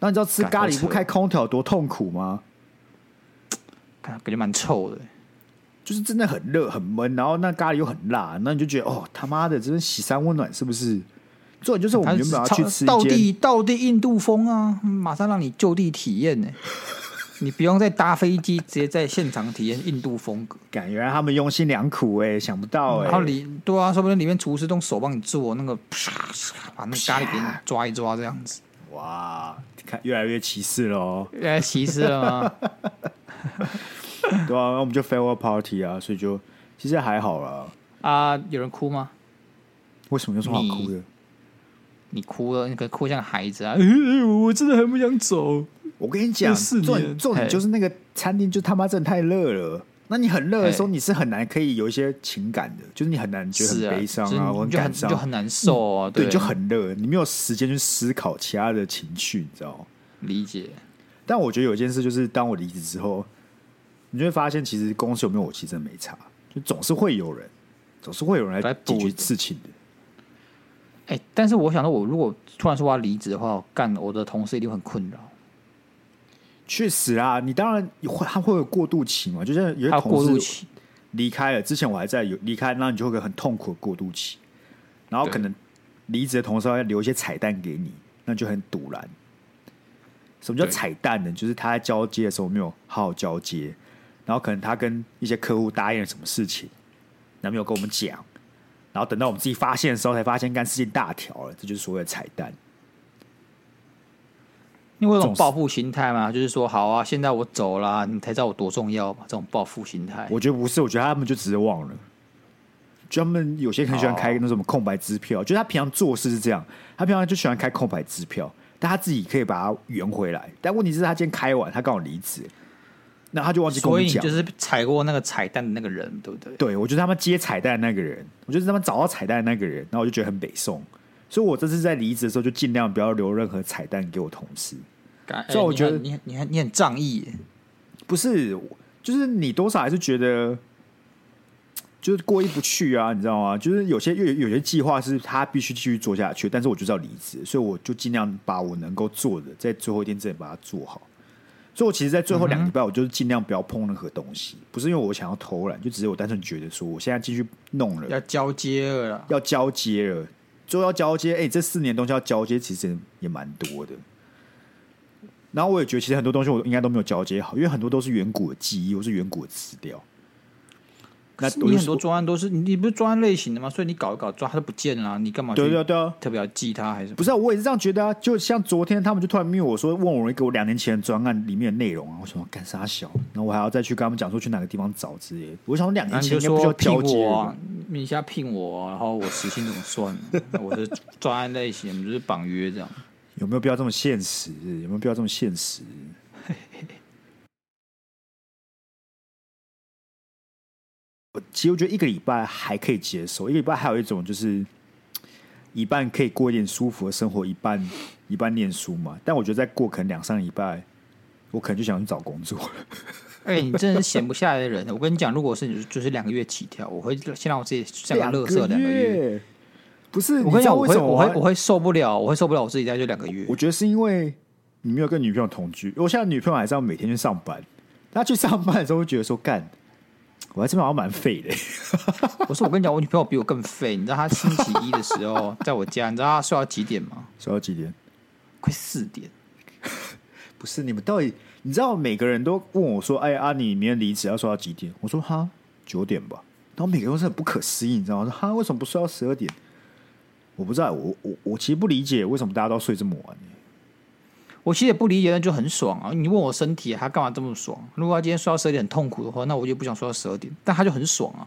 A: 那你知道吃
B: 干
A: 咖
B: 好
A: 喱
B: 扯
A: 不开空调有多痛苦吗？
B: 看感觉蛮臭的。
A: 就是真的很热很闷，然后那咖喱又很辣，那你就觉得哦他妈的，这边喜山温暖是不是？重点就是我
B: 他
A: 们原本要去吃一
B: 到地
A: 间，
B: 到地印度风啊，马上让你就地体验呢、你不用再搭飞机，直接在现场体验印度风格。
A: 感觉他们用心良苦哎、想不到哎、
B: 然后里对啊，说不定里面厨师用手帮你做那个，啪把那个咖喱给你抓一抓，这样
A: (laughs)
B: 子。
A: 哇，看越来越歧视了哦，
B: 原来歧视了吗？
A: 对啊，那我们就 farewell party 啊，所以就其实还好啦。
B: 啊，有人哭吗？
A: 为什么有什么好哭的？
B: 你哭了，你可哭像孩子啊！呃我真的很不想走。
A: 我跟你讲，
B: 这四
A: 重
B: 年
A: 点重点
B: 嘿
A: 就是那个餐厅就他妈真的太热了。那你很热的时候，你是很难可以有一些情感的，就是你很难觉得
B: 是
A: 很
B: 啊，
A: 悲伤
B: 就是
A: 啊，
B: 你
A: 或很
B: 就
A: 感
B: 很
A: 伤，嗯
B: 就很难受啊。
A: 对，
B: 对，
A: 就很热，你没有时间去思考其他的情绪，你知道吗？
B: 理解。
A: 但我觉得有一件事就是，当我离职之后，你就会发现，其实公司有没有我其实没差，就总是会有人，总是会有人来
B: 来
A: 解
B: 补
A: 决事情的。
B: 哎、但是我想到，我如果突然说我要离职的话，干我的同事一定会很困扰。
A: 确实啊，你当然会他会有过渡期嘛，就像有些
B: 还有过
A: 同事
B: 渡期，
A: 离开了，之前我还在有离开，那你就会有个很痛苦的过渡期，然后可能离职的同事要留一些彩蛋给你，那就很堵然。什么叫
B: 对
A: 彩蛋呢？就是他在交接的时候没有好好交接，然后可能他跟一些客户答应了什么事情，那没有跟我们讲，然后等到我们自己发现的时候，才发现干事情大条了，这就是所谓的彩蛋。
B: 因为有一
A: 总
B: 种
A: 是
B: 报复心态嘛，就是说好啊，现在我走啦，你才知道我多重要嘛，这种报复心态。
A: 我觉得不是，我觉得他们就只是忘了。就他们有些很喜欢开
B: 哦
A: 那种什么空白支票，就是他平常做事是这样，他平常就喜欢开空白支票，但他自己可以把它圆回来。但问题是，他今天开完，他刚好离职，那他就忘记跟我
B: 所以
A: 们
B: 你
A: 讲。
B: 就是踩过那个彩蛋的那个人，对不对？
A: 对我就是他们接彩蛋的那个人，我就是他们找到彩蛋的那个人，然后我就觉得很北宋。所以我这次在离职的时候，就尽量不要留任何彩蛋给我同事。
B: 干
A: 所以
B: 哎
A: 我
B: 你
A: 觉
B: 很
A: 得
B: 你很你很你很仗义耶，
A: 不是，我就是你多少还是觉得，就是过意不去啊，你知道吗？就是有些有有些计划是他必须继续做下去，但是我就是要离职，所以我就尽量把我能够做的，在最后一天之前把它做好。所以我其实，在最后两个礼拜，我就是尽量不要碰任何东西，不是因为我想要偷懒，就只是我单纯觉得说，我现在继续弄了，
B: 要交接了啦。
A: 要交接了，最后要交接，哎、这四年东西要交接，其实也蛮多的。然后我也觉得，其实很多东西我应该都没有交接好，因为很多都是远古的记忆，或是远古的资料。那
B: 可是
A: 我就
B: 你很多专案都是你你不是专案类型的吗？所以你搞一搞抓它都不见了啊，你干嘛？
A: 对对啊对啊，
B: 特别要记它还是什么？
A: 不是、啊，我也是这样觉得啊。就像昨天他们就突然密我说，问我一个我两年前的专案里面的内容啊，我想说干啥小，然后我还要再去跟他们讲说去哪个地方找之类的。我想说两
B: 那
A: 年
B: 你
A: 前
B: 就
A: 应该不需
B: 说
A: 要
B: 聘
A: 交接了
B: 我
A: 吧
B: 啊，你现在聘我啊，然后我时薪怎么算？啊那我是专案类型，我们就是绑约这样。
A: 有没有必要这么现实？有没有必要这么现实？ (laughs) 我其实我觉得一个礼拜还可以接受，一个礼拜还有一种就是一半可以过一点舒服的生活，一半一半念书嘛。但我觉得再过可能两三个礼拜，我可能就想去找工作了。
B: 哎、你真的是闲不下来的人。我跟你讲，如果是你，就是两个月起跳，我会先让我自己像个乐色两个月。
A: 月，不是？
B: 我跟
A: 你
B: 你
A: 知道
B: 讲，我
A: 为什
B: 会
A: 么
B: 我
A: 还
B: 会我会受不了，我会受不了我自己在这两个月
A: 我。觉得是因为你没有跟女朋友同居，我现在女朋友还是要每天去上班。她去上班的时候，会觉得说干，我在这边好像蛮废的、 (laughs)
B: 不是，我跟你讲，我女朋友比我更废。你知道她星期一的时候在我家，你知道她睡到几点吗？
A: 说到几点？
B: 快四点。
A: 不是你们到底？你知道每个人都问我说：“哎阿你明天离职要睡到几点？”我说：“哈，九点吧。”然后每个人都是很不可思议，你知道吗？说：“哈，为什么不睡到十二点？”我不知道，我我我其实不理解为什么大家都睡这么晚、
B: 我其实也不理解，那就很爽啊！你问我身体，她干嘛这么爽？如果她今天睡到十二点很痛苦的话，那我就不想睡到十二点。但她就很爽啊！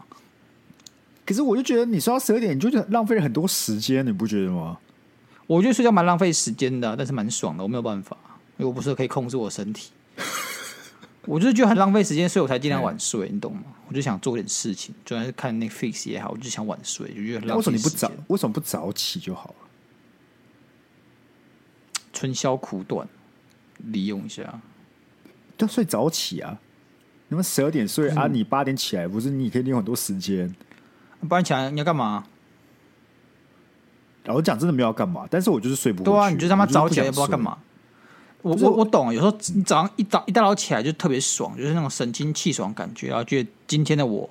A: 可是我就觉得你睡到十二点，你就觉得浪费了很多时间，你不觉得吗？
B: 我觉得睡觉蛮浪费时间的，但是蛮爽的，我没有办法，因为我不是可以控制我身
A: (laughs)
B: 体。我就是觉得很浪费时间，所以我才尽量晚睡，你懂吗？我就想做点事情，就算是看 Netflix 也好，我就想晚睡，就觉得很
A: 那
B: 浪
A: 为
B: 费
A: 什
B: 时
A: 么
B: 间。
A: 你不早？为什么不早起就好了？
B: 春宵苦短，利用一下。
A: 要睡早起啊！你们十二点睡
B: 嗯
A: 啊，你八点起来，不是你可以利用很多时间。
B: 不然起来你要干嘛？
A: 老实讲，真的没有要干嘛，但是我就是睡不过
B: 对
A: 去。
B: 啊，你就他妈
A: 我是
B: 早起
A: 想
B: 来也不知道干嘛。我
A: 不是
B: 我
A: 我
B: 我懂，有时候你早上一早一大早起来就特别爽，就是那种神清气爽的感觉，然后觉得今天的我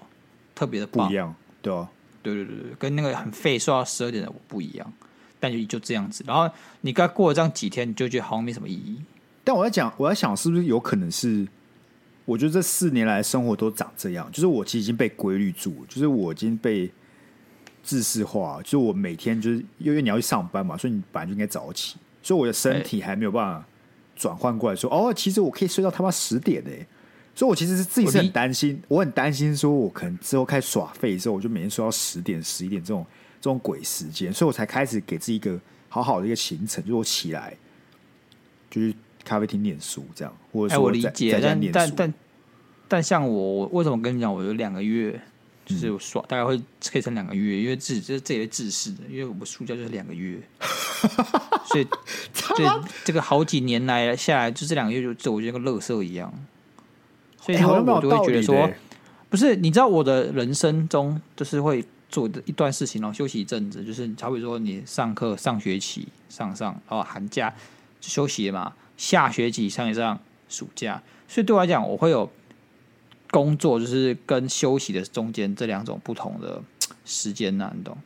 B: 特别的
A: 睡，
B: 棒
A: 不一。样，对啊，
B: 对对对对，跟那个很废睡到十二点的我不一样，但就就这样子。然后你刚过了这样几天，你就觉得好像没什么意义。
A: 但我在讲，我在想，是不是有可能是？我觉得这四年来的生活都长这样，就是我其实已经被规律住，就是我已经被制式化，就是我每天就是因为你要去上班嘛，所以你本来就应该早起，所以我的身体还没有办法转换过来说，哦，其实我可以睡到他妈十点呢、所以我其实是自己是
B: 我
A: 很
B: 理
A: 担心，我很担心说，我可能之后开始耍废之后，我就每天睡到十点、十一点这种这种鬼时间，所以我才开始给自己一个好好的一个行程，就是我起来就去咖啡厅念书这样，或者
B: 哎，
A: 说
B: 我
A: 在
B: 理解
A: 在，家
B: 但
A: 念
B: 但
A: 书。哎
B: 但但像我，我为什么跟你讲，我有两个月
A: 嗯
B: 就是我耍，大概会可以撑两个月，因为自这这也是自私的，因为我们暑假就是两
A: (laughs)
B: 个月，所以这这个好几年来下来，就这两个月就就我觉得跟乐色一样，所以
A: 哎好
B: 说
A: 像蛮有
B: 我就
A: 道
B: 会觉
A: 理
B: 得
A: 的
B: 说
A: 欸。，
B: 不是，你知道我的人生中就是会做的一段事情，然后休息一阵子，就是好比说你上课上学期上上，然后寒假就休息了嘛，下学期上一上，暑假，所以对我来讲，我会有工作就是跟休息的中间这两种不同的时间呐、你懂？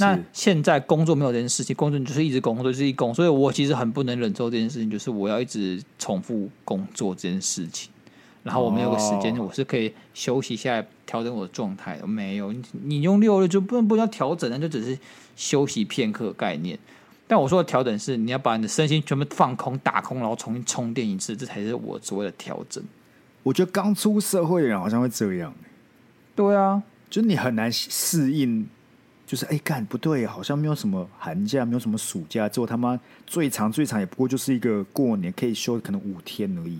B: 那
A: 是
B: 现在工作没有这件事情，工作你就是一直工作，就是一直工作，所以我其实很不能忍受这件事情，就是我要一直重复工作这件事情。然后我没有个时间，
A: 哦
B: 我是可以休息一下来调整我的状态的。没有，你你用六日就不能不叫调整，那就只是休息片刻的概念。但我说的调整是你要把你的身心全部放空、打空，然后重新充电一次，这才是我所谓的调整。
A: 我觉得刚出社会的人好像会这样，
B: 对啊，
A: 就是你很难适应，就是哎干、不对，好像没有什么寒假，没有什么暑假，之后他妈最长最长也不过就是一个过年可以休可能五天而已。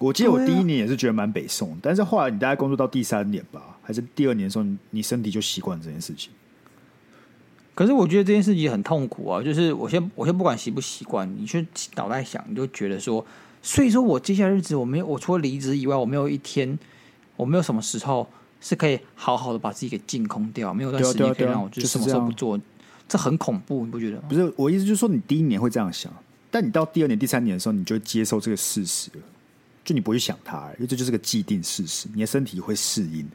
A: 我记得我
B: 对啊
A: 第一年也是觉得蛮北宋，但是后来你大概工作到第三年吧，还是第二年的时候，你你身体就习惯这件事情。
B: 可是我觉得这件事情很痛苦啊，就是我先我先不管习不习惯，你去脑袋想，你就觉得说，所以说我接下来日子我没有，我除了离职以外，我没有一天，我没有什么时候是可以好好的把自己给净空掉，没有一段
A: 对啊
B: 时间可以
A: 对啊对啊
B: 让我就
A: 就是是
B: 什么时
A: 这
B: 候
A: 样
B: 不做，这很恐怖，你不觉得吗？
A: 不是我意思，就是说你第一年会这样想，但你到第二年、第三年的时候，你就会接受这个事实了，就你不会去想它了，因为这就是个既定事实。你的身体会适应，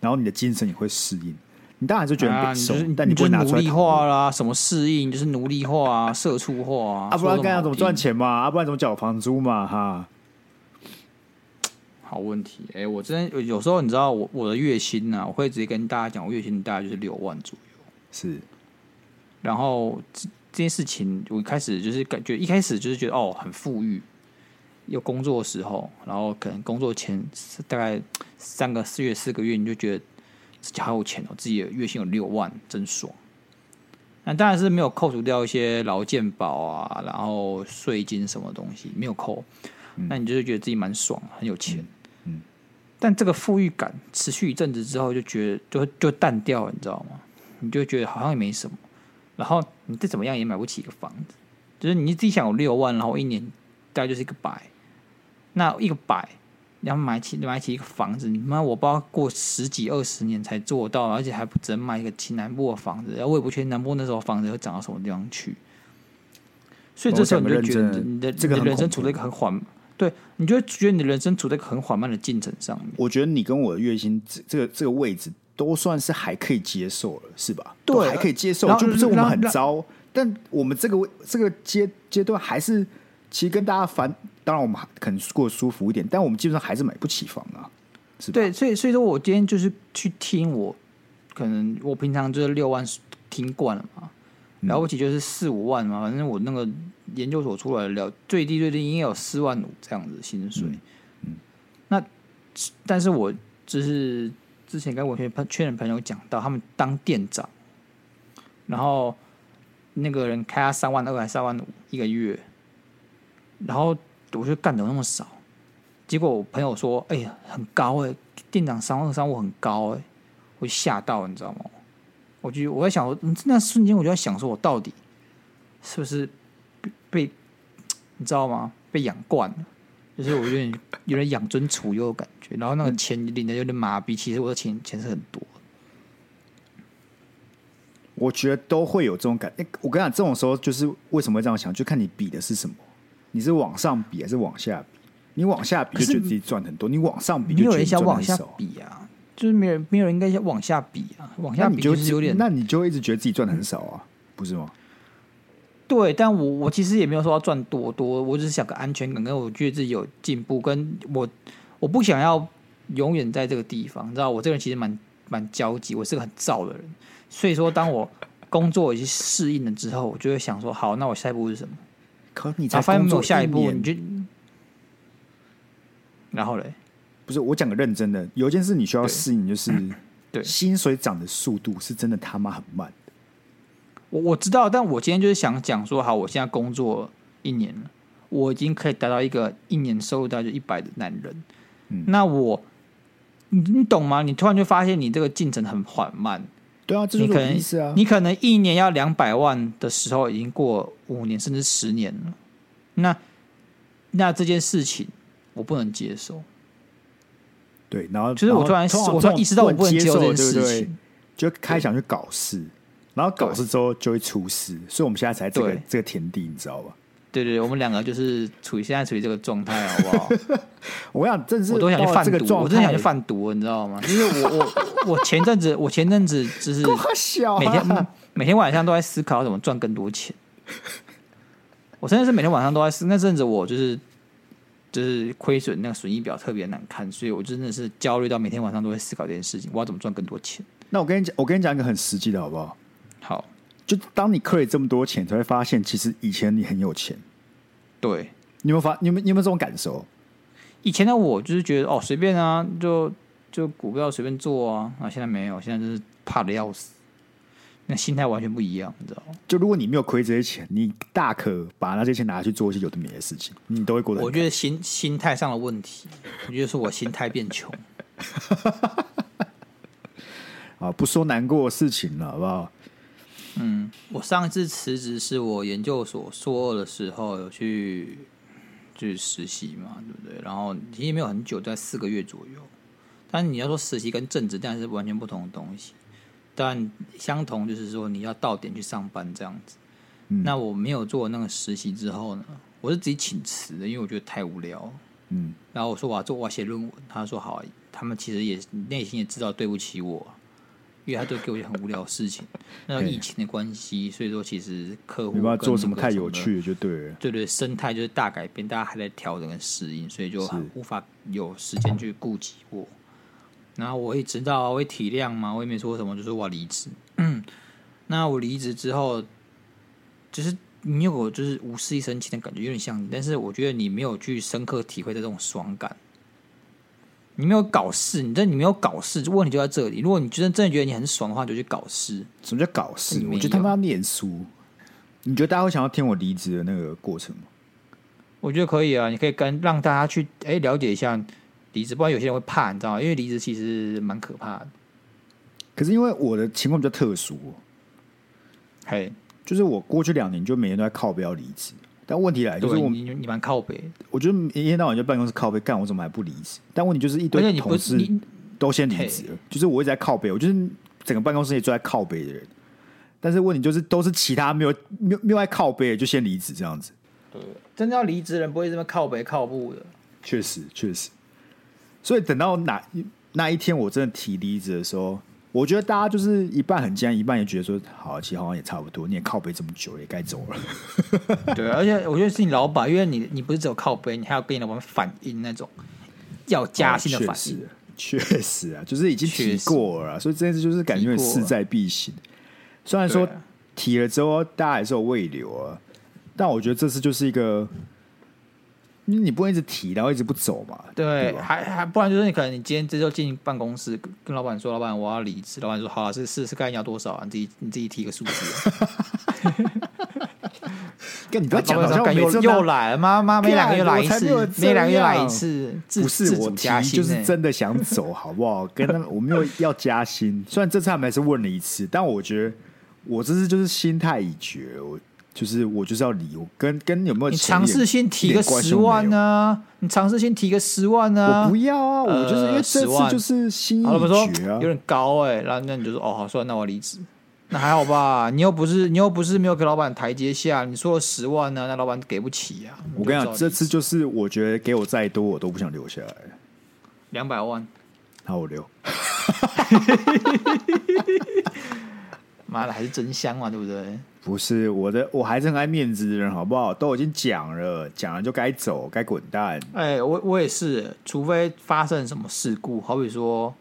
A: 然后你的精神也会适应。你当然是觉得很
B: 啊，
A: 北
B: 你
A: 宋，
B: 就是
A: 但
B: 你
A: 不
B: 就
A: 会
B: 是
A: 拿出
B: 奴
A: 来
B: 隶
A: 讨
B: 化
A: 论。
B: 啦，什么适应就是奴隶化啊，社畜化啊，
A: 啊，不然
B: 说这
A: 干要怎
B: 好
A: 么
B: 听
A: 赚？钱嘛？啊，不然怎么缴房租嘛？哈，
B: 好问题，哎、我真的有时候你知道我我的月薪呢、啊，我会直接跟大家讲，我月薪大概就是六万左右。
A: 是
B: 然后这这件事情，我一开始就是感觉，一开始就是觉得哦，很富裕。有工作的时候，然后可能工作前大概三个四月四个月，你就觉得自己好有钱哦，自己的月薪有六万，真爽。那当然是没有扣除掉一些劳健保啊，然后税金什么东西没有扣，那你就是觉得自己蛮爽，很有钱。
A: 嗯嗯
B: 但这个富裕感持续一阵子之后，就觉得就就淡掉了，你知道吗？你就觉得好像也没什么，然后你再怎么样也买不起一个房子，就是你自己想有六万，然后一年大概就是一个百，那一个百，你要买起买起一个房子，你妈我不知道过十几二十年才做到，而且还不只能买一个西南部的房子，然后我也不确定南部那时候房子会涨到什么地方去，所以这时候你就觉得你的
A: 我讲个认真的这个
B: 你的
A: 很
B: 人生
A: 恐怖
B: 处在一个很缓，对你就会觉得你的人生处在一个很缓慢的进程上面。
A: 我觉得你跟我的月薪这这个这个位置都算是还可以接受了，是吧？
B: 对啊
A: 都还可以接受
B: 然，后
A: 就不是我们
B: 然后
A: 很糟，但我们这个位这个阶阶段还是其实跟大家烦，当然我们还可能过得舒服一点，但我们基本上还是买不起房啊，是吧？
B: 对，所以所以说我今天就是去听我，可能我平常就是六万听惯了嘛，了不起就是四五万嘛，反正我那个研究所出来的了最低最低应该有四万五这样子薪水。嗯，那但是我就是之前跟我圈圈的朋友讲到，他们当店长，然后那个人开他三万二还三万五一个月，然后我就干的那么少。结果我朋友说：“哎呀，很高哎、店长三万二三五很高哎、我就吓到，你知道吗？我就我在想说，嗯那瞬间我就在想，说我到底是不是被被你知道吗？被养惯了，就是我有点 (laughs) 有点养尊处优的感觉，然后那个钱领的有点麻痹，其实我的钱钱是很多。
A: 我觉得都会有这种感。诶我跟你讲，这种时候就是为什么会这样想，就看你比的是什么，你是往上比还是往下比？你往下比就觉得自己赚很多，你往上比
B: 没
A: 就觉
B: 有
A: 得
B: 人
A: 你
B: 想
A: 赚
B: 往
A: 很
B: 下
A: 少。
B: 比啊，就是没有人没有人应该想往下比啊，往
A: 那
B: 下
A: 你
B: 比
A: 就是
B: 有点
A: 那你就会一直觉得自己赚的很少啊，不是吗？
B: 对，但我我其实也没有说要赚多多，我只是想个安全感，跟我觉得自己有进步，跟我我不想要永远在这个地方，你知道，我这个人其实蛮蛮焦急，我是个很躁的人，所以说当我工作已经适应了之后，我就会想说，好，那我下一步是什么？
A: 可你
B: 然
A: 才
B: 后发现
A: 工
B: 没有
A: 作
B: 下一
A: 一
B: 步，你
A: 年，
B: 就然后嘞，
A: 不是我讲个认真的，有一件事你需要
B: 对
A: 适应，就是
B: 对
A: 薪水涨的速度是真的他妈很慢。
B: 我我知道，但我今天就是想讲说，好，我现在工作一年了，我已经可以达到一个一年收入大概就一百的男人。
A: 嗯
B: 那我，你你懂吗？你突然就发现你这个进程很缓慢，
A: 对啊，这
B: 你
A: 就是我
B: 可
A: 的
B: 能
A: 意思啊。
B: 你可能一年要两百万的时候，已经过五年甚至十年了。那那这件事情我不能接受，
A: 对，然后
B: 就是我突然
A: 通常
B: 我突然意识到我不能
A: 接
B: 接受这件
A: 对不
B: 事
A: 对？
B: 情。
A: 就开想去搞事，然后搞事之后就会出事，所以我们现在才这个
B: 对
A: 这个田地，你知道吧？
B: 对对，对我们两个就是处于现在处于这个状态，好不好？
A: 我想，正是
B: 我都想去
A: 到
B: 贩
A: 这个
B: 毒，
A: 状
B: 我真的想
A: 态
B: 去，贩毒，你知道吗？因为我我我前阵子我前阵子
A: (laughs)
B: 就是
A: 够小、啊，
B: 每天嗯每天晚上都在思考怎么赚更多钱。我真的是每天晚上都在思，那阵子我就是就是亏损那个损益表特别难看，所以我真的是焦虑到每天晚上都会思考这件事情，我要怎么赚更多钱。
A: 那我跟你讲，我跟你讲一个很实际的好不好？
B: 好，
A: 就当你刻了这么多钱，才会发现其实以前你很有钱。
B: 对，
A: 你有没有发？你有没有你有没有这种感受？
B: 以前的我就是觉得哦随便啊，就就股票随便做啊，啊现在没有，现在就是怕的要死，那心态完全不一样，你知道吗？
A: 就如果你没有亏这些钱，你大可把那些钱拿去做一些有的没的事情，你都会过得
B: 我
A: 很。
B: 觉得心心态上的问题，我觉得是我心态变穷。
A: 啊，不说难过的事情了，好不好？
B: 嗯，我上一次辞职是我研究所硕二的时候有去去实习嘛，对不对？然后其实也没有很久，在四个月左右。但你要说实习跟正职，当然是完全不同的东西。但相同就是说你要到点去上班这样子。
A: 嗯
B: 那我没有做那个实习之后呢，我是自己请辞的，因为我觉得太无聊了。
A: 嗯，
B: 然后我说我要做，我要写论文。他说好啊，他们其实也内心也知道对不起我，因为他都给我一些很无聊的事情。那
A: 嘿
B: 疫情的关系，所以说其实客户
A: 没办法
B: 跟
A: 做
B: 那
A: 什么
B: 个
A: 太有
B: 的
A: 趣的，就对了。
B: 对对，生态就是大改变，大家还在调整跟适应，所以就是无法有时间去顾及我。然后我也知道啊，我也体谅嘛，我也没说什么，就说我要离职。 (clears throat) 那我离职之后，就是你有就是无事一身轻的感觉，有点像你，但是我觉得你没有去深刻体会到这种爽感。你没有搞事，你这你没有搞事，问题就在这里。如果你真的真的觉得你很爽的话，你就去搞事。
A: 什么叫搞事
B: 你？没
A: 我
B: 有
A: 觉得他们要念书。你觉得大家会想要听我离职的那个过程吗？
B: 我觉得可以啊，你可以跟让大家去哎、了解一下离职，不然有些人会怕，你知道吗？因为离职其实蛮可怕的。
A: 可是因为我的情况比较特殊哦，
B: 嘿，
A: 就是我过去两年就每天都在靠标离职，但问题来就是
B: 哎对，
A: 我，
B: 你你蛮靠北，
A: 我就一天到晚就办公室靠背，干我怎么还不离职？但问题就是一
B: 而且
A: 堆
B: 你不
A: 同事
B: 你
A: 都先离职了，就是我一直在靠背，我就是整个办公室也坐在靠背的人。但是问题就是都是其他没有没有没有爱靠背的就先离职这样子，
B: 真的要离职的人不会这么靠北靠步的。
A: 确实确实。所以等到哪那一天我真的提离职的时候，我觉得大家就是一半很惊讶，一半也觉得说，好，其实好像也差不多，你也靠背这么久，也该走了。
B: 对，啊而且我觉得是你老板，因为你你不是只有靠背，你还要跟你老板反映那种要加薪的反应。
A: 哦确实，确实啊，就是已经提
B: 确实
A: 过了啊，所以这件事就是感觉有点
B: 提过
A: 势
B: 了
A: 在必行。虽然
B: 对
A: 说
B: 啊
A: 提了之后大家还是有胃流啊，但我觉得这次就是一个，你你不能一直提，然后一直不走嘛，
B: 对，啊
A: 吧？
B: 还还不然就是你可能你今天这就进办公室跟跟老板说，老板我要离职，老板说好啊，是是是该你要多少啊？你自己你自己提个数字啊。
A: 跟你不要讲得好
B: 老
A: 像我
B: 板
A: 每
B: 又
A: 次都啊
B: 又来了妈妈，每两个月来一
A: 干我才没有
B: 次，
A: 这
B: 每两个月来
A: 样
B: 一次，自
A: 不是
B: 自
A: 我
B: 主
A: 提
B: 加，薪欸
A: 就
B: 呢
A: 是真的想走， (laughs) 好不好？跟他们我没有要加薪，虽然这次他们还是问了一次，但我觉得我这次就是心态已决，我就是我就是要离，我跟跟有没有
B: 你
A: 钱
B: 尝
A: 也
B: 试性提个十万呢、你尝试性提个十万呢、
A: 我不要啊，
B: 呃
A: 我就是因为这
B: 10万
A: 次就是心
B: 好了，我说
A: 已决啊
B: 有。点高哎、然后那你就说哦，好，算了，那我离职。那还好吧，你又不是你又不是没有给老板台阶下，你说了十万啊呢、那老板给不起啊呀、
A: 我跟你讲，这次就是我觉得给我再多，我都不想留下来。
B: 两百万，
A: 好，我留。
B: 妈的还是真香嘛，对不对？
A: 不是我的，我还是很爱面子的人，好不好？都已经讲了，讲了就该走，该滚蛋。
B: 哎、我我也是，除非发生什么事故，好比说，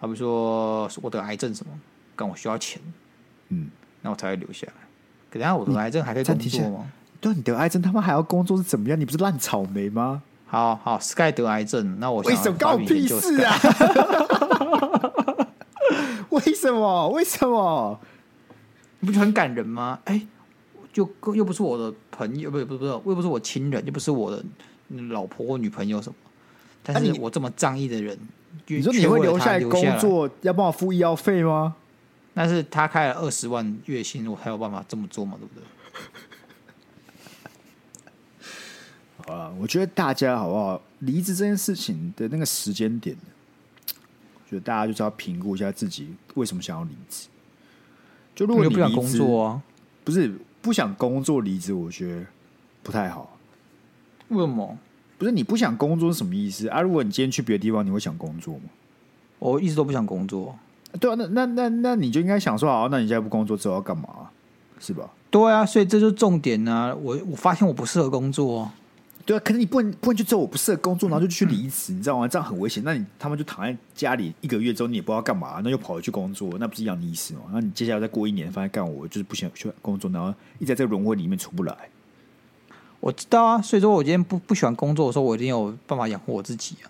B: 好比说我得癌症什么，但我需要钱，
A: 嗯，
B: 那我才会留下来。可等下我得癌症还可以
A: 暂
B: 工
A: 停一下
B: 作吗？
A: 对，你得癌症，他妈还要工作是怎么样？你不是烂草莓吗？
B: 好好，Sky 得癌症，那我想
A: 为什么
B: 发
A: 关我
B: 明
A: 屁
B: 研究
A: 事
B: Sky
A: 啊？
B: (laughs)
A: 为什么？为什么？
B: 你不觉得很感人吗？哎、就又不是我的朋友，不是不是不是，又不是我亲人，又不是我的老婆或女朋友什么，但
A: 啊
B: 是
A: 你
B: 我这么仗义的人，
A: 你
B: 你
A: 说你会留
B: 留
A: 下来
B: 来
A: 工？作，要帮我付医药费吗？
B: 但是他开了二十万月薪，我才有办法这么做嘛，对不对？
A: 好啊，我觉得大家好不好？离职这件事情的那个时间点，我觉得大家就是要评估一下自己为什么想要离职。就如果
B: 又
A: 你
B: 不想
A: 离
B: 工
A: 职
B: 作啊，
A: 不是不想工作离职，我觉得不太好。
B: 为什么？
A: 不是你不想工作是什么意思啊？如果你今天去别的地方，你会想工作吗？
B: 我一直都不想工作。
A: 对啊，那那那那你就应该想说，好，那你现在不工作之后要干嘛？啊是吧？
B: 对啊，所以这就是重点啊！我我发现我不适合工作、哦，
A: 对啊，可是你不能不能就只有我不适合工作，然后就去离职，你知道吗？这样很危险。那你他们就躺在家里一个月之后，你也不知道干嘛，那又跑回去工作，那不是一样的意思吗？那你接下来再过一年，发现干我就是不想去工作，然后一直在这个轮回里面出不来。
B: 我知道啊。所以说我今天不不喜欢工作的时候，我一定有办法养活我自己啊。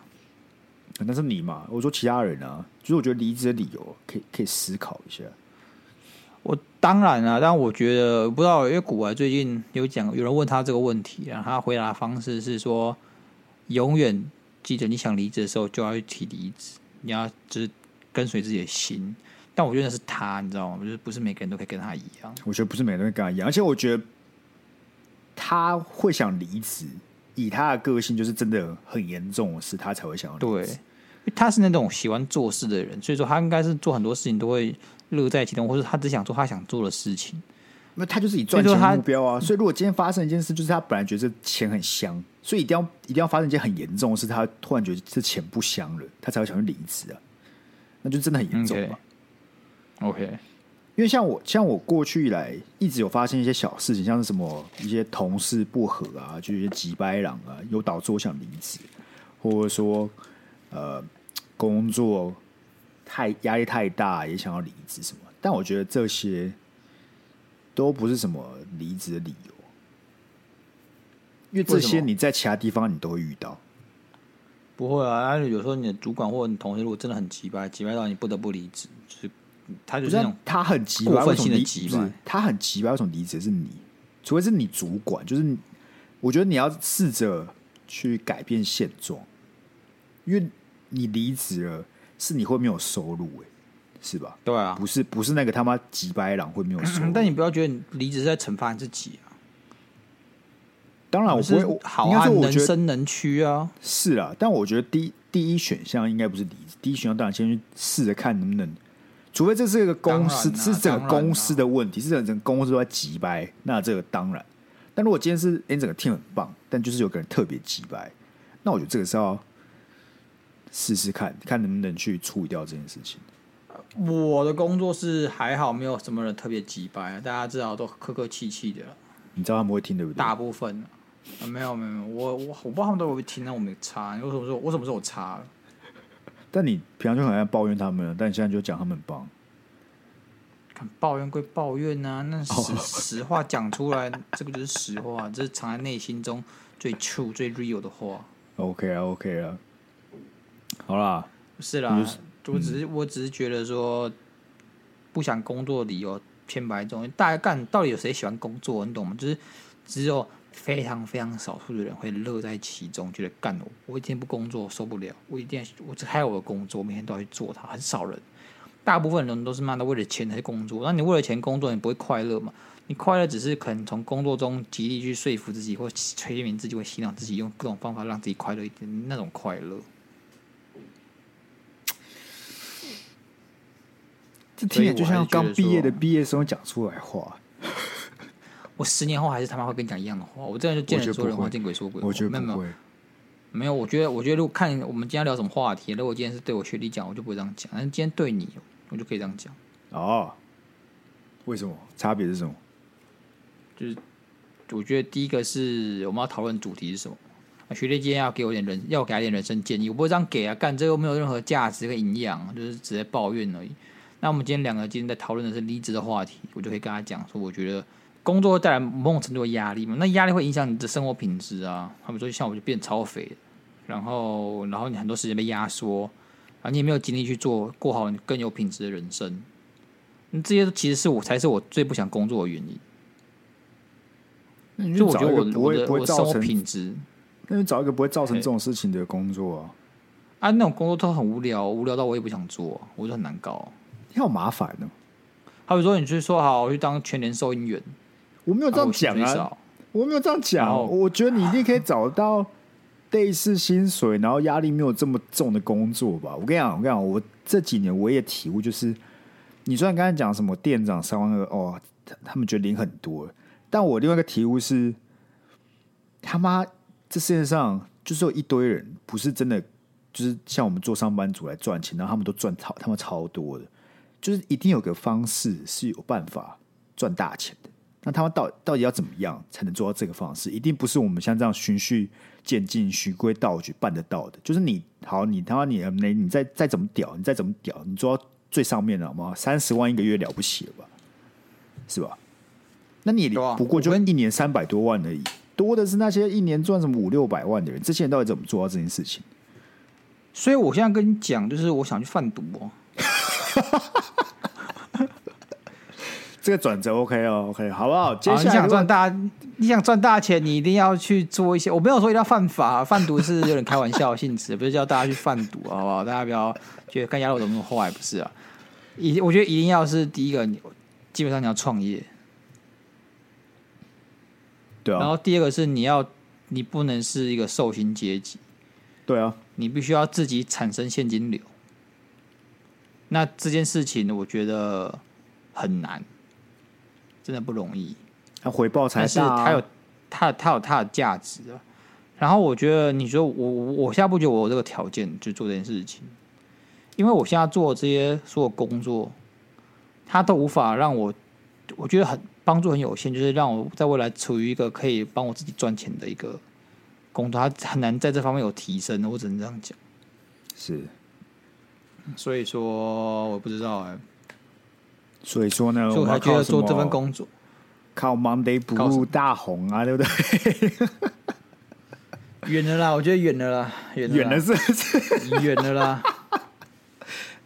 A: 那是你嘛？我说其他人啊，就是我觉得离职的理由可以可以思考一下。
B: 我当然啊，但我觉得不知道，因为古玩最近有讲，有人问他这个问题，然后他回答的方式是说，永远记得你想离职的时候就要去提离职，你要就是跟随自己的心。但我觉得那是他，你知道吗？就是不是每个人都可以跟他一样。
A: 我觉得不是每个人会跟他一样，而且我觉得他会想离职，以他的个性，就是真的很严重的事，他才会想要
B: 对，
A: 离
B: 因
A: 职。
B: 为他是那种喜欢做事的人，所以说他应该是做很多事情都会乐在其中，或者他只想做他想做的事情。
A: 那他就是以赚
B: 所以
A: 钱
B: 说他
A: 为目标啊。所以如果今天发生一件事，就是他本来觉得这钱很香，所以一定要一定要发生一件很严重的事，他突然觉得这钱不香了，他才会想去离职啊。那就真的很严重
B: 嗯
A: 嘛。
B: OK，
A: 因为像我，像我过去以来一直有发生一些小事情，像是什么一些同事不和啊，就一些急掰郎啊，有导致我想离职，或者说呃工作太压力太大，也想要离职什么。但我觉得这些都不是什么离职的理由，因为这
B: 为什
A: 些
B: 么
A: 你在其他地方你都会遇到。
B: 不会啊。但是有时候你的主管或者你同事如果真的很急掰，急掰到你不得不离职，就是他就
A: 不
B: 是
A: 是
B: 那
A: 啊
B: 种
A: 他很急
B: 过
A: 吧？
B: 分
A: 为什么
B: 性的
A: 离
B: 急
A: 不是
B: 吧
A: 他很急吧？为什么离职是你？除非是你主管，就是你我觉得你要试着去改变现状，因为你离职了，是你会没有收入、欸，是吧？
B: 对啊。
A: 不是不是那个他妈急白狼会没有
B: (clears throat)
A: 收入，
B: 嗯但你不要觉得你离职是在惩罚你自己啊，
A: 当然我不
B: 是
A: 会，我
B: 好
A: 应该
B: 啊，
A: 说我
B: 能
A: 觉得
B: 伸能屈啊。
A: 是啦，但我觉得第一第一选项应该不是离职，第一选项当然先去试着看能不能，除非这是一个公司，
B: 当然啊
A: 是整个
B: 当然啊
A: 公司的问题，是整个公司都在急掰，那这个当然。但如果今天是哎、整个 team 很棒，但就是有个人特别急掰，那我觉得这个是要试试看，看能不能去处理掉这件事情。
B: 我的工作是还好，没有什么人特别急掰，大家至少都客客气气的。
A: 你知道他们会听对不对？
B: 大部分、啊、没有没有没有，我我我不知道他们都有没有听，但我没查。为什么说我什啊么时候我查了？
A: 但你平常就很爱抱怨他们了，啊但你现在就讲他们很棒，
B: 看抱怨归抱怨啊，那
A: 哦
B: 实实话讲出来，这个就是实话，这是藏在内心中最 true 最 real 的话。
A: OK 啊 OK 啊，好啦，
B: 是啦，我只是我只是觉得说，嗯不想工作的理由偏白中，大家干到底有谁喜欢工作？你懂吗？就是只有非常非常少数的人会乐在其中，觉得干我我一天不工作我受不了，我一定要我只还有我的工作，我每天都要去做它，很少人。大部分人都是妈的为了钱才去工作，那你为了钱工作，你不会快乐嘛？你快乐只是可能从工作中极力去说服自己，或催眠自己，或洗脑自己，用各种方法让自己快乐一点，那种快乐。
A: 这听起来
B: 所以我
A: 就像
B: 还是觉得
A: 刚毕业的
B: 说
A: 毕业生讲出来的话。
B: 我十年后还是他妈会跟你讲一样的话。我这样就见人说人话，见鬼说鬼话。
A: 我觉
B: 没
A: 得
B: 有没
A: 不
B: 有
A: 会。
B: 没有，我觉得我觉得如果看我们今天聊什么话题，如果今天是对我学弟讲，我就不会这样讲；但是今天对你，我就可以这样讲。
A: 哦，为什么？差别是什么？
B: 我觉得第一个是我们要讨论主题是什么。啊学弟今天要给我点人，要给他点人生建议，我不会这样给啊，干这又没有任何价值跟营养，就是直接抱怨而已。那我们今天两个今天在讨论的是离职的话题，我就可以跟他讲说，我觉得工作会带来某种程度的压力嘛，那压力会影响你的生活品质啊。他们说像我就变超肥，然后然后你很多时间被压缩，然后你也没有精力去做过好你更有品质的人生。嗯这些都其实是我才是我最不想工作的原因。
A: 那你
B: 嗯就
A: 就
B: 我觉
A: 找
B: 得
A: 一
B: 我
A: 个
B: 的
A: 不
B: 我
A: 会
B: 的
A: 不
B: 我
A: 会
B: 的生
A: 造
B: 活品
A: 成，
B: 质
A: 那就找一个不会造成这种事情的工作啊，
B: 啊，那种工作都很无聊，无聊到我也不想做，我就很难搞。
A: 你好麻烦哦。
B: 好比说，你去说好，我去当全年收银员，
A: 我没有这
B: 啊
A: 样
B: 我薪
A: 讲
B: 水
A: 啊，
B: 少
A: 我没有这样讲
B: 然
A: 啊。
B: 后
A: 我觉得你一定可以找到类似薪水，然后压力没有这么重的工作吧。我跟你讲，我跟你讲，我这几年我也体悟，就是你虽然刚才讲什么店长三万二，哦，他他们觉得领很多，但我另外一个体悟是，他妈这世界上就是有一堆人不是真的，就是像我们做上班族来赚钱，然后他们都赚超他们超多的，就是一定有个方式是有办法赚大钱的。那他们到到底要怎么样才能做到这个方式？一定不是我们像这样循序渐进、循规蹈矩办得到的。就是你好，你他妈你你你再再怎么屌，你再怎么屌，你做到最上面了好吗？三十万一个月了不起了吧？是吧？那你也
B: 对啊
A: 不过就
B: 我跟
A: 一年三百多万而已，多的是那些一年赚什么五六百万的人，这些人到底怎么做到这件事情？
B: 所以我现在跟你讲，就是我想去贩毒哦。
A: 这个转折 OK 哦，OK 好不好？接
B: 好
A: 下来
B: 啊你想
A: 如果
B: 赚大，你想赚大钱，你一定要去做一些。我没有说一定要犯法，贩毒是有点开玩笑性质，不是叫大家去贩毒，啊好不好？大家不要觉得看鸭肉怎么那么坏，不是啊？一，我觉得一定要是第一个，你基本上你要创业，
A: 对
B: 然
A: 啊
B: 后，第二个是你要，你不能是一个受薪阶级，
A: 对啊，
B: 你必须要自己产生现金流。那这件事情，我觉得很难，真的不容易。
A: 那回报才
B: 但是
A: 大、啊。
B: 它有它它有它的价值啊。然后我觉得你说我我我现在不觉得我有这个条件去做这件事情，因为我现在做这些所有工作，它都无法让我，我觉得很帮助很有限，就是让我在未来处于一个可以帮我自己赚钱的一个工作，它很难在这方面有提升，我只能这样讲。
A: 是，
B: 所以说我不知道哎、
A: 所以说呢，
B: 呃所以我
A: 们要
B: 才觉得
A: 靠什
B: 做这份
A: 么
B: 工作，
A: 靠 Monday 不
B: 靠什
A: 入
B: 么
A: 大红啊，对不对？
B: (laughs) 远了啦，我觉得远了啦，远了
A: (laughs)
B: 啦
A: 远了是不是？
B: 远了 (laughs) 啦。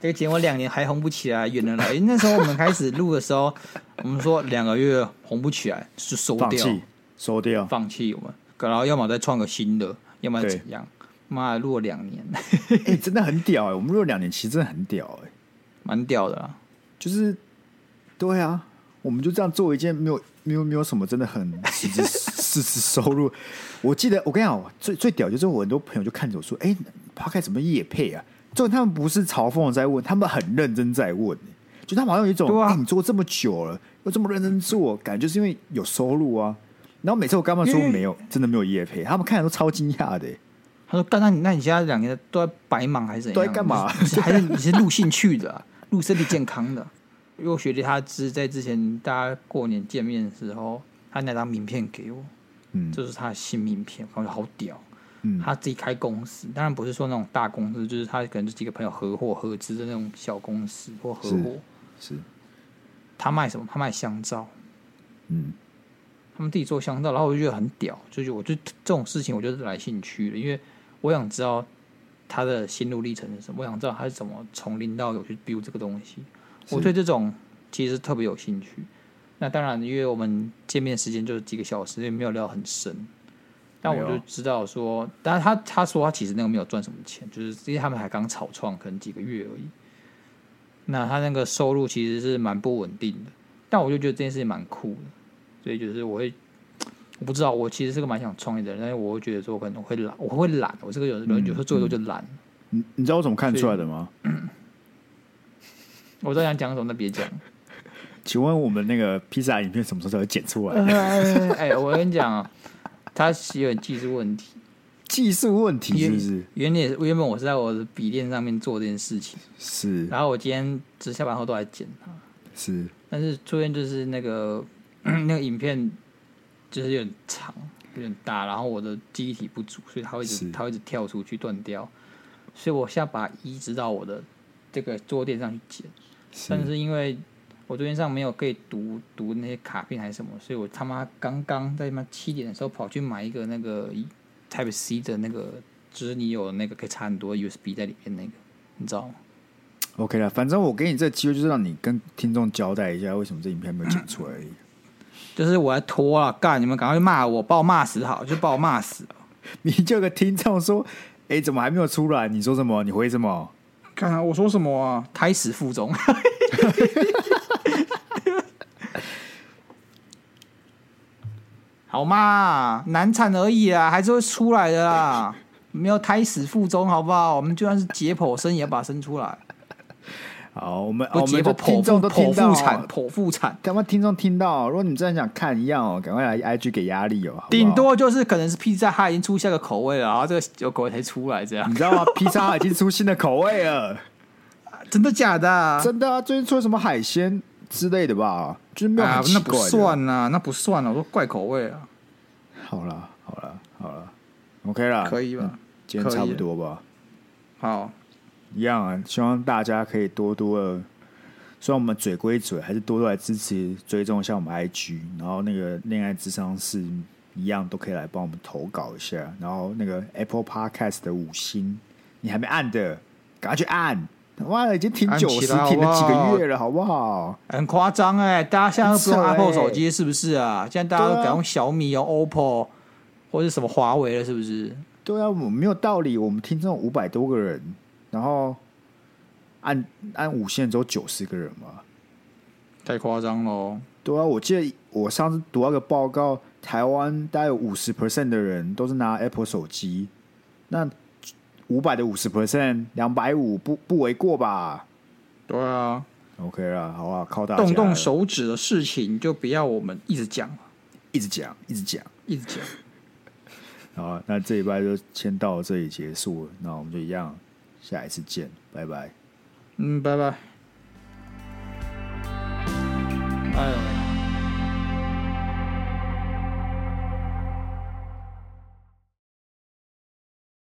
B: 这个节目两年还红不起来，远了啦。诶那时候我们开始录的时候，我们说两个月红不起来，就收
A: 放
B: 掉，
A: 弃，收
B: (laughs)
A: 掉。
B: 放弃我们，然后要么再创个新的，要么
A: 对
B: 怎样？妈，录了两年，
A: 哎、真的很屌哎、我们录了两年，其实真的很屌哎、
B: 蛮屌的啦。
A: 就是，对啊，我们就这样做一件没有没有没有什么真的很实
B: (laughs)
A: 质实质收入。我记得我跟你讲，最最屌就是我很多朋友就看着我说：“哎、p o d 怎么也配啊？”就他们不是嘲讽在问，他们很认真在问、就他们好像有一种，
B: 对啊
A: 哎你做这么久了，又这么认真做，感觉就是因为有收入啊。然后每次我跟他们说
B: 因为
A: 没有，真的没有业配，他们看着都超惊讶的、
B: 他说：“干，那你那你现在两年都在白忙还是怎样？
A: 都在干嘛
B: 你是还是你是录兴趣
A: (laughs)
B: 的、啊，录身体健康的？因为我学弟他是在之前大家过年见面的时候，他拿张名片给我，
A: 嗯
B: 这是他的新名片，我感觉好屌。
A: 嗯
B: 他自己开公司，当然不是说那种大公司，就是他可能就几个朋友合伙合资的那种小公司或合伙
A: 是。是，
B: 他卖什么？他卖香皂，
A: 嗯，
B: 他们自己做香皂，然后我就觉得很屌，就是我就这种事情我就是来兴趣了，因为我想知道他的心路历程是什么，我想知道他是怎么从零到有去 build 这个东西。
A: 是
B: 我对这种其实特别有兴趣。那当然，因为我们见面时间就是几个小时，也没有聊很深。但我
A: 没有
B: 就知道说，但他他说他其实那个没有赚什么钱，就是因为他们还刚草创，可能几个月而已。那他那个收入其实是蛮不稳定的，但我就觉得这件事情蛮酷的，所以就是我会，我不知道，我其实是个蛮想创业的人，但是我会觉得说我可能会懒，我会懒，我这个有人有时候做一做就懒。
A: 你你知道我怎么看出来的吗？
B: 我知道想讲什么，那别讲。
A: 请问我们那个披萨影片什么时候才会剪出来？
B: 哎、我跟你讲啊，他是有点技术问题。
A: 技术问题是不是？
B: 原点原本我是在我的笔电上面做这件事情，
A: 是
B: 然后我今天只下班后都来剪它，
A: 是
B: 但是出现就是那个 (clears throat) 那个影片就是有点长，有点大，然后我的记忆体不足，所以它会一直
A: 是
B: 它会一直跳出去断掉，所以我现在把它移植到我的这个桌垫上去剪。但
A: 是
B: 是因为我桌面上没有可以读读那些卡片还是什么，所以我他妈刚刚在他妈七点的时候跑去买一个那个 Type C 的那个，就是你有那个可以插很多 USB 在里面那个，你知道吗？
A: OK 了。反正我给你这个机会，就是让你跟听众交代一下，为什么这影片没有剪出来而已。 (laughs)
B: 就是我在拖啊，干你们赶快去骂我，把我骂死好，就把我骂死。
A: 你就有个听众说：“哎、怎么还没有出来？”你说什么？你回什么？
B: 看、啊、我说什么啊？胎死腹中。 (laughs) 好嘛，难产而已啊，还是会出来的啦。没有胎死腹中，好不好？我们就算是解剖生，也要把它生出来。
A: 好，我们
B: 不
A: 哦我
B: 结
A: 们
B: 果
A: 的
B: 剖
A: 听
B: 腹
A: 众都听
B: 剖腹
A: 到，啊
B: 产，剖腹产，
A: 赶快听众听到，如果你们真的很想看一样哦，赶快来 IG 给压力哦，好不好
B: 顶多就是可能是披萨它已经出下个口味了，然后这个有口味才出来这样
A: 你，知道
B: (laughs)
A: 吗？披萨已经出新的口味了，
B: 真的假的啊？
A: 真的啊，最近出了什么海鲜之类的吧？就是没有
B: 啊
A: 很，奇
B: 那
A: 怪
B: 不
A: 的
B: 算啦，那不算了，我说怪口味啊，
A: 好了，好了，好了，OK 啦，嗯
B: 可以吧？啊
A: 今天差不多吧，
B: 好，
A: 一样啊。希望大家可以多多的，虽然我们嘴归嘴，还是多多来支持追踪一下我们 IG，然后那个恋爱智商是一样都可以来帮我们投稿一下，然后那个 Apple Podcast 的五星，你还没按的，赶快去按。他妈的，已经停
B: 按起
A: 九
B: 来
A: 十，
B: 好
A: 停
B: 不
A: 了几
B: 好
A: 个月了，好不好？
B: 很夸张哎，大家现在都不用
A: 很扯欸
B: Apple 手机是不是啊？现在大家都
A: 对啊
B: 改用小米、用 OPPO 或者什么华为了，是不是？
A: 对啊，我们没有道理。我们听众五百多个人，然后按按五线只有九十个人嘛。
B: 太夸张喽！
A: 对啊，我记得我上次读到个报告，台湾大概有五十 percent 的人都是拿 Apple 手机，那五百的五十 percent，两百五不不为过吧
B: 对啊，
A: ？OK 啦，好啊，靠大家了
B: 动动手指的事情就不要我们一直 (laughs) 讲，
A: 一直讲，一直讲。
B: 一直讲。
A: 好啊，那这一拜就先到这里结束了，那我们就一样，下一次见，拜拜。
B: 嗯，拜拜。哎呦。